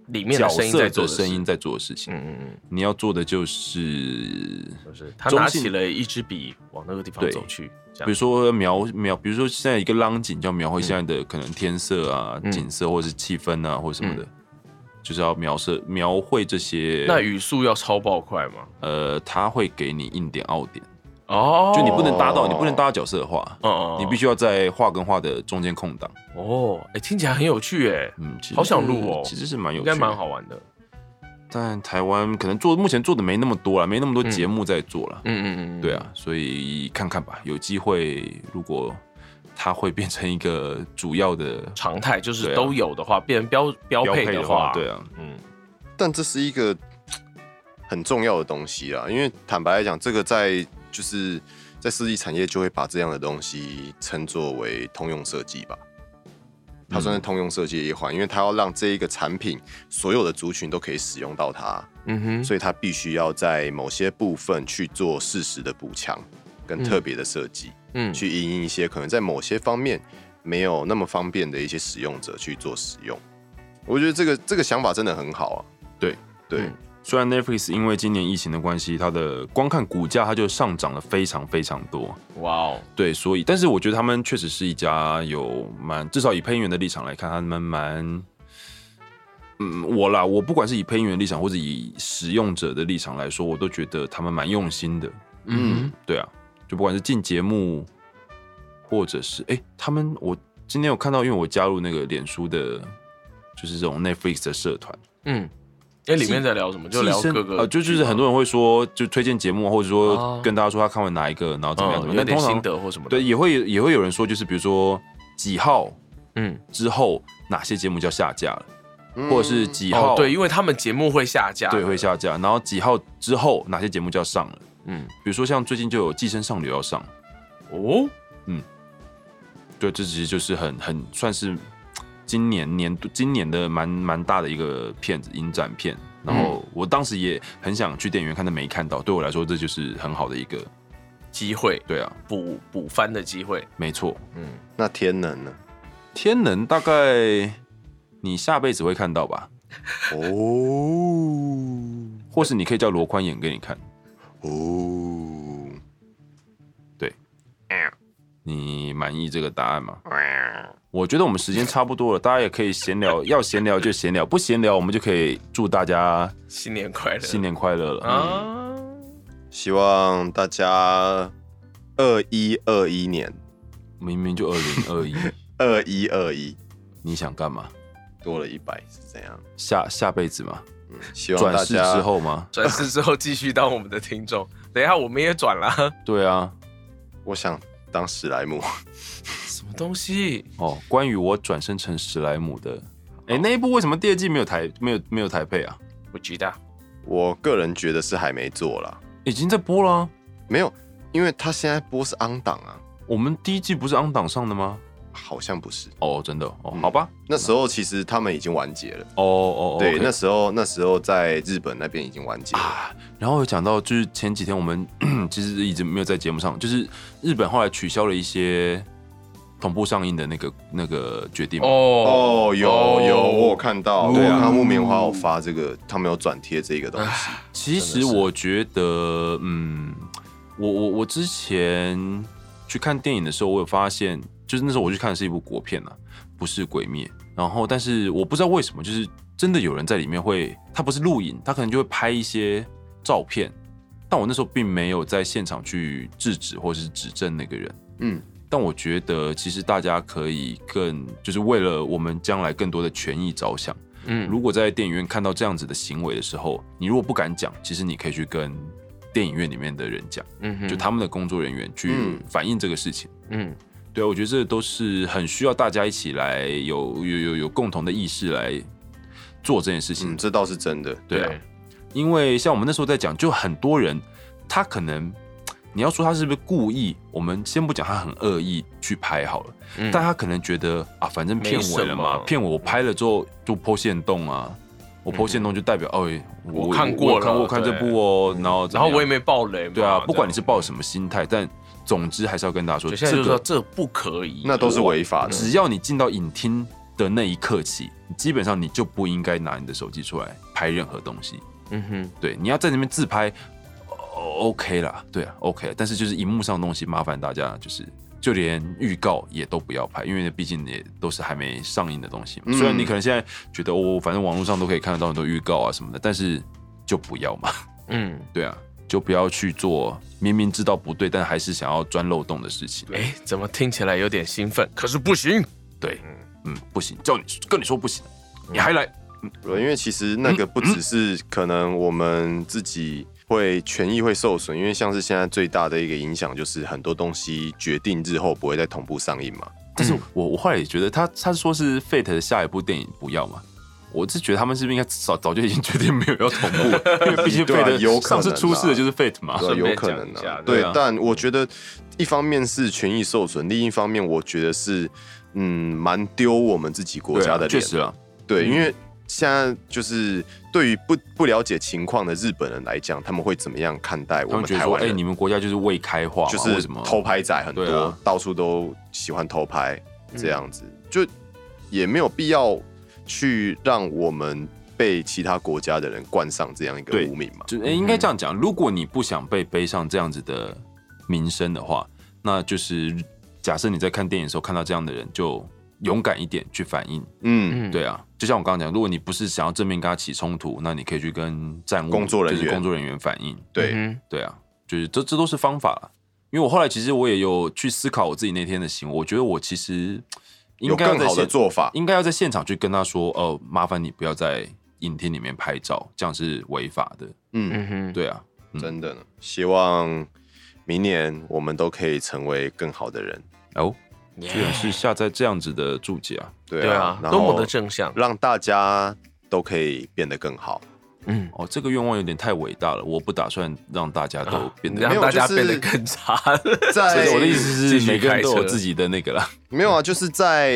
C: 里面
D: 角
C: 的声音在
D: 色
C: 做的
D: 的
C: 事
D: 声音，在做的事情，
C: 嗯嗯嗯，
D: 你要做的就是
C: 就是他
D: 中
C: 拿
D: 性
C: 起了一支笔往那个地方
D: 对
C: 走去，这
D: 比如
C: 样，
D: 说描描，比如说现在一个浪景，就要描绘现在的可能天色啊、
C: 嗯
D: 景色，或者是气氛啊，或者什么的，就是要描设描绘这些。
C: 那语速要超爆快吗？
D: 呃，他会给你硬点凹点，
C: 哦，
D: 就你不能搭到，
B: 哦
D: 你不能搭到角色的话，
C: 哦，哦，
D: 你必
C: 须
D: 须要在画跟画的中间空档。
C: 哦，哎、听起来很有趣哎，
D: 嗯，其实
C: 好想
D: 是
C: 录哦
D: 其实是蛮有
C: 应
D: 趣的，
C: 该蛮好玩的，
D: 但台湾可能做目前做的没那么多了，没那么多节目在做了。
C: 嗯嗯嗯，嗯
D: 对，啊，所以看看吧，有机会如果它会变成一个主要的
C: 常态就是
D: 对啊
C: 都有的话，变成标标
D: 标
C: 配
D: 配的
C: 话，
D: 对啊，
C: 嗯，
B: 但这是一个很重要的东西啦，因为坦白来讲，这个在就是在设计产业就会把这样的东西称作为通用设计吧。它算是通用设计的一环，因为它要让这一个产品所有的族群都可以使用到它，
C: 嗯哼，
B: 所以它必须要在某些部分去做适时的补强跟特别的设计，
C: 嗯
B: 去因应一些可能在某些方面没有那么方便的一些使用者去做使用。我觉得这个这个想法真的很好啊。
D: 对
B: 对，
C: 嗯
D: 虽然 Netflix 因为今年疫情的关系，它的光看股价它就上涨了非常非常多，
C: 哇哦，
D: 对，所以但是我觉得他们确实是一家有蛮，至少以配音员的立场来看，他们蛮，嗯，我啦，我不管是以配音员的立场或者以使用者的立场来说，我都觉得他们蛮用心的，
C: 嗯
D: 嗯，对啊，就不管是进节目，或者是哎、他们我今天有看到，因为我加入那个脸书的，就是这种 Netflix 的社团。
C: 嗯，哎、里面在聊什么？就聊
D: 寄生
C: 各个
D: 呃，就就是很多人会说，就推荐节目，或者
C: 哦
D: 说跟大家说他看完哪一个，然后怎么
C: 嗯
D: 样怎么
C: 有
D: 样。但
C: 点
D: 通
C: 心
D: 常
C: 得或什么的，
D: 对，也会也会有人说，就是比如说几号
C: 嗯，
D: 之后哪些节目就要下架了，嗯或者是
B: 嗯
D: 几
C: 哦
D: 号
C: 对，因为他们节目会下架，
D: 对会，下架，然后几号之后哪些节目就要上了。
C: 嗯，
D: 比如说像最近就有《寄生上流》要上，嗯
C: 哦，
D: 对，这其实就是很很算是今年年度今年的蛮蛮大的一个片子影展片。然后
C: 嗯
D: 我当时也很想去电影院看，但没看到。对我来说，这就是很好的一个
C: 机会
D: 对啊，
C: 补补番的机会，
D: 没错。
C: 嗯，
B: 那天能呢？
D: 天能大概你下辈子会看到吧，
B: 哦
D: 或是你可以叫罗宽演给你看。
B: 哦，
D: 你满意这个答案吗？我觉得我们时间差不多了，大家也可以闲聊， 要闲聊就闲聊，不闲聊我们就可以祝大家
C: 新年快乐，
D: 新年嗯快乐了。
C: 啊，
B: 希望大家二一二一年
D: 明明就二零二 一，
B: 二一二一
D: 你想干嘛？
B: 多了一百是怎样？
D: 下下辈子吗？
B: 嗯，希望
D: 转
B: 大
D: 世
B: 家
D: 之后吗？
C: 转世之后继续当我们的听众，等一下我们也转了，
D: 对啊，
B: 我想当史莱姆，
C: 什么东西？
D: 哦，关于我转生成史莱姆的，
B: 哦
D: 哎、那一部为什么第二季没有台没有没有台配啊？
C: 不知道，
B: 我个人觉得是还没做啦，
D: 已经在播了啊、
B: 没有，因为他现在播是 on 档啊，
D: 我们第一季不是昂档上的吗？
B: 好像不是。
D: 哦，真的哦，哦
B: 嗯
D: 好吧，
B: 那时候其实他们已经完结了，
D: 哦哦，哦
B: 对
D: OK
B: 那时候那时候在日本那边已经完结了。
D: 啊，然后有讲到就是前几天我们 其实一直没有在节目上，就是日本后来取消了一些同步上映的那个那个决定嘛。
C: 哦
B: 哦，有有，我有看到，
D: 对啊
B: 我看木棉花有发这个，他们有转贴这个东西。
D: 其
B: 真
D: 实
B: 的是
D: 我觉得，嗯，我我我之前去看电影的时候，我有发现，就是那时候我去看的是一部国片啊，不是《鬼灭》。然后，但是我不知道为什么，就是真的有人在里面会，他不是录影，他可能就会拍一些照片，但我那时候并没有在现场去制止或是指正那个人。
B: 嗯，
D: 但我觉得，其实大家可以更，就是为了我们将来更多的权益着想。
C: 嗯
D: 如果在电影院看到这样子的行为的时候，你如果不敢讲，其实你可以去跟电影院里面的人讲，
C: 嗯哼，
D: 就他们的工作人员去
B: 嗯
D: 反映这个事情。
C: 嗯
D: 对啊，我觉得这都是很需要大家一起来有有有有共同的意识来做这件事情。
B: 嗯，这倒是真的。
D: 对啊，因为像我们那时候在讲，就很多人他可能你要说他是不是故意，我们先不讲他很恶意去拍好了，
C: 嗯
D: 但他可能觉得啊，反正骗我了
C: 没什
D: 嘛
C: 么，
D: 骗我我拍了之后就剖线洞啊。我剖线洞就代表，哦，
C: 嗯我看过
D: 我看
C: 了
D: 我看这
C: 对
D: 部哦，然后怎
C: 然
D: 么
C: 后
D: 样
C: 我也没爆雷嘛，
D: 对啊，不管你
C: 这
D: 是抱什么心态，但总之还是要跟大家说，
C: 样，就现在
D: 这
C: 就说嗯
D: 个
C: 这不可以，
B: 那都是违法的。
D: 只要你进到影厅的那一刻起，基本上你就不应该拿你的手机出来拍任何东西。
C: 嗯哼，
D: 对，你要在那边自拍哦，OK 啦，对啊，OK 啦。但是就是荧幕上的东西，麻烦大家就是就连预告也都不要拍，因为毕竟也都是还没上映的东西嘛。
B: 嗯
D: 虽然你可能现在觉得哦，反正网络上都可以看得到很多预告啊什么的，但是就不要嘛。
C: 嗯，
D: 对啊，就不要去做明明知道不对，但还是想要钻漏洞的事情。
C: 哎，怎么听起来有点兴奋？可是不行，
D: 对，嗯，不行，叫你跟你说不行，你还来，
B: 对，因为其实那个不只是可能我们自己会权益会受损，因为像是现在最大的一个影响就是很多东西决定日后不会再同步上映嘛。
D: 但
B: 嗯
D: 是我我后来也觉得他他说是 Fate 的下一部电影不要嘛，我是觉得他们是不是应该早早就已经决定没有要同步了，因为毕 竟
B: 对啊
D: Fate
B: 有可能
D: 上
B: 啊
D: 次出事的就是 Fate 嘛。
B: 对啊，
C: 顺便
B: 有可能
C: 讲一下
B: 啊。
D: 对
B: 对
D: 啊，
B: 但我觉得一方面是权益受损，另一方面我觉得是嗯，蛮丢我们自己国
D: 对啊
B: 家的
D: 确
B: 脸。
D: 实啊，
B: 对，因为现在就是对于不不了解情况的日本人来讲，他们会怎么样看待
D: 他
B: 我
D: 们
B: 们
D: 觉得
B: 台
D: 说，
B: 湾
D: 哎、
B: 人？
D: 你们国家就是未开化嘛，
B: 就
D: 为
B: 是
D: 什么
B: 偷拍仔很
D: 对
B: 多，
D: 啊嗯
B: 到处都喜欢偷拍这样子，就也没有必要去让我们被其他国家的人冠上这样一个
D: 对
B: 污名嘛。
D: 就、诶应该这样讲，如果你不想被背上这样子的名声的话，那就是假设你在看电影的时候看到这样的人，就勇敢一点去反应。
B: 嗯，
D: 对啊，就像我刚刚讲，如果你不是想要正面跟他起冲突，那你可以去跟站务
B: 工作人员
D: 就是工作人员反映。
B: 对，
C: 嗯
D: 对啊，就是这这都是方法啦。因为我后来其实我也有去思考我自己那天的行为，我觉得我其实应
B: 有
D: 该要
B: 更
D: 在
B: 好的
D: 现
B: 做法。
D: 应该要在现场去跟他说，呃，麻烦你不要在影厅里面拍照，这样是违法的。
B: 嗯，
C: 嗯哼，
D: 对啊，
B: 真的呢，希望明年我们都可以成为更好的人。
D: 哦，居然是下在这样子的注解啊！
B: 对
C: 嗯对啊
B: 啊，，然
C: 多么
B: 后
C: 的正向，
B: 让大家都可以变得更好。
C: 嗯，
D: 哦，这个愿望有点太伟大了，我不打算让大家都变 得。
C: 啊让大家
B: 没有
C: 变
B: 就是
C: 得更 差。
D: 所
B: 在
D: 以我的意思
C: 继
D: 是，
C: 续
D: 每个人
C: 开
D: 都有
C: 车
D: 自己的那个啦。
B: 没有啊，就是在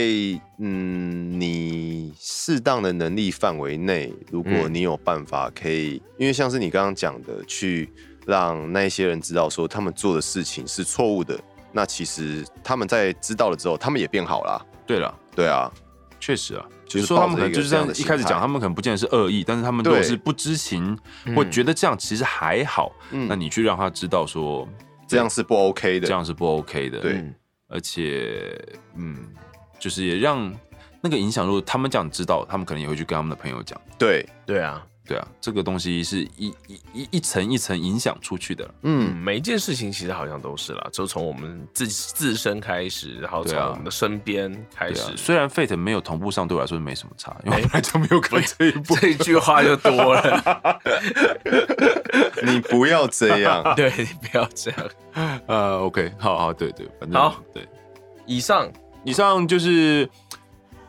B: 嗯，你适当的能力范围内，如果你有办法可以，因为像是你刚刚讲的，去让那一些人知道说他们做的事情是错误的，那其实他们在知道了之后，他们也变好啦。
D: 对了，
B: 对啊，
D: 确实啊，
B: 就是
D: 说他们
B: 抱着
D: 可
B: 一
D: 能就
B: 个
D: 是
B: 这
D: 在
B: 样的
D: 一
B: 心
D: 开始讲，
B: 态
D: 他们可能不见得是恶意，但是他们如
B: 对
D: 果是不知情或觉得这样其实还好，
B: 嗯
D: 那你去让他知道说
B: 这样是不 OK 的。
D: 这样是不 OK 的，
B: 对，
D: 而且嗯，就是也让那个影响，如果他们这样知道，他们可能也会去跟他们的朋友讲，
B: 对，
C: 对啊，
D: 对啊，这个东西是一一一一层一层影响出去的，
C: 嗯，
B: 嗯，
C: 每一件事情其实好像都是啦，就从我们自自身开始，然后从
D: 对啊
C: 我们的身边
B: 哎
C: 开
D: 对啊
C: 始，。
D: 虽然 Fate 没有同步上，对我来说没什么差，因为我本来就没有看这一部，
C: 这一句话就多了，
B: 你不要这 样。
C: 对你不要这样。
D: 呃，OK，好好，对对，反正
C: 好
D: 对。
C: 以上
D: 以上就是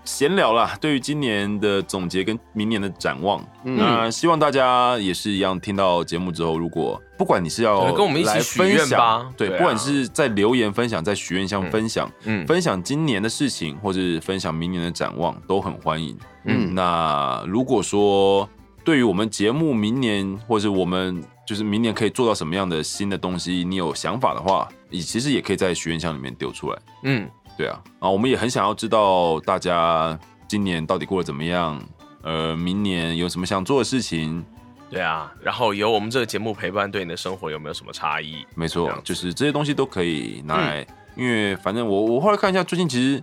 D: 闲聊啦，对于今年的总结跟明年的展望。
C: 嗯
D: 那希望大家也是一样，听到节目之后，如果不管你是要
C: 对跟我们一起
D: 来
C: 许愿
D: 分享
C: 吧
D: 对，
C: 对啊
D: 不管是在留言分享，在许愿箱分享，
C: 嗯嗯
D: 分享今年的事情，或是分享明年的展望，都很欢迎。嗯，那如果说对于我们节目明年，或是我们就是明年可以做到什么样的新的东西，你有想法的话，你其实也可以在许愿箱里面丢出来。
C: 嗯，
D: 对啊，啊，我们也很想要知道大家今年到底过得怎么样，呃，明年有什么想做的事情？
C: 对啊，然后有我们这个节目陪伴，对你的生活有没有什么差异？
D: 没
C: 这
D: 错
C: 样子，
D: 就是这些东西都可以拿来，
C: 嗯
D: 因为反正我我后来看一下，最近其实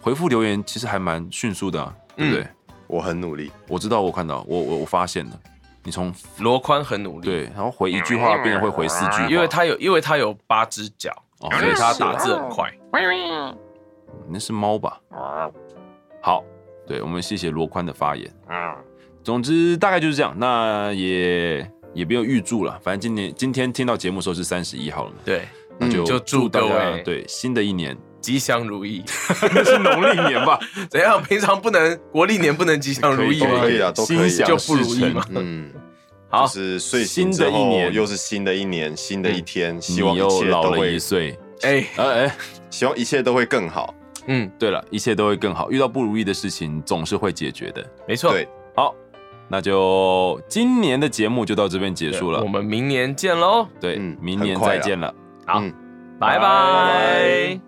D: 回复留言其实还蛮迅速的、啊，对不对？
C: 嗯
B: 我很努力，
D: 我知道，我看到，我我我发现了，你从
C: 罗宽很努力，
D: 对，然后回一句话变成会回四句话，
C: 因为他有因为他有八只脚，
D: 哦，
B: 啊
C: 所以
D: 他
C: 他
D: 打
C: 打字很快。
B: 哦
D: 那是猫吧？好，对，我们谢谢罗宽的发言。总之大概就是这样。那也也没有预祝了，反正今年今天听到节目的时候是三十一号了嘛，
C: 对，
D: 那就、
C: 就祝
D: 大
C: 各
D: 家
C: 位
D: 对新的一年，
C: 吉祥如意。
D: 那是农历年吧？
C: 怎样？平常不能，国历年不能吉祥如意
B: 都可
C: 吗？
B: 以啊都可以啊
D: 心想
C: 就不如
D: 事
C: 意
D: 成
C: 嘛。
B: 嗯，
C: 好
B: 就，是睡醒之
D: 新的一
B: 后
D: 年嗯
B: 又是新的一年，新的一天，
D: 你
B: 希望一
D: 又
B: 切
D: 老
B: 都
D: 了
B: 会
D: 一，岁，
C: 哎，
D: 哎、哎，
B: 希望一切都会更好。
C: 嗯，
D: 对了，一切都会更好，遇到不如意的事情总是会解决的。
C: 没错，
B: 对，
D: 好，那就今年的节目就到这边结
C: 对
D: 束了
C: 我。们明年见喽，
D: 对，
B: 嗯
D: 明
B: 很
D: 年
B: 快
D: 再
B: 啊
D: 见了。
C: 好
B: 嗯
C: 拜
D: 拜
C: 拜。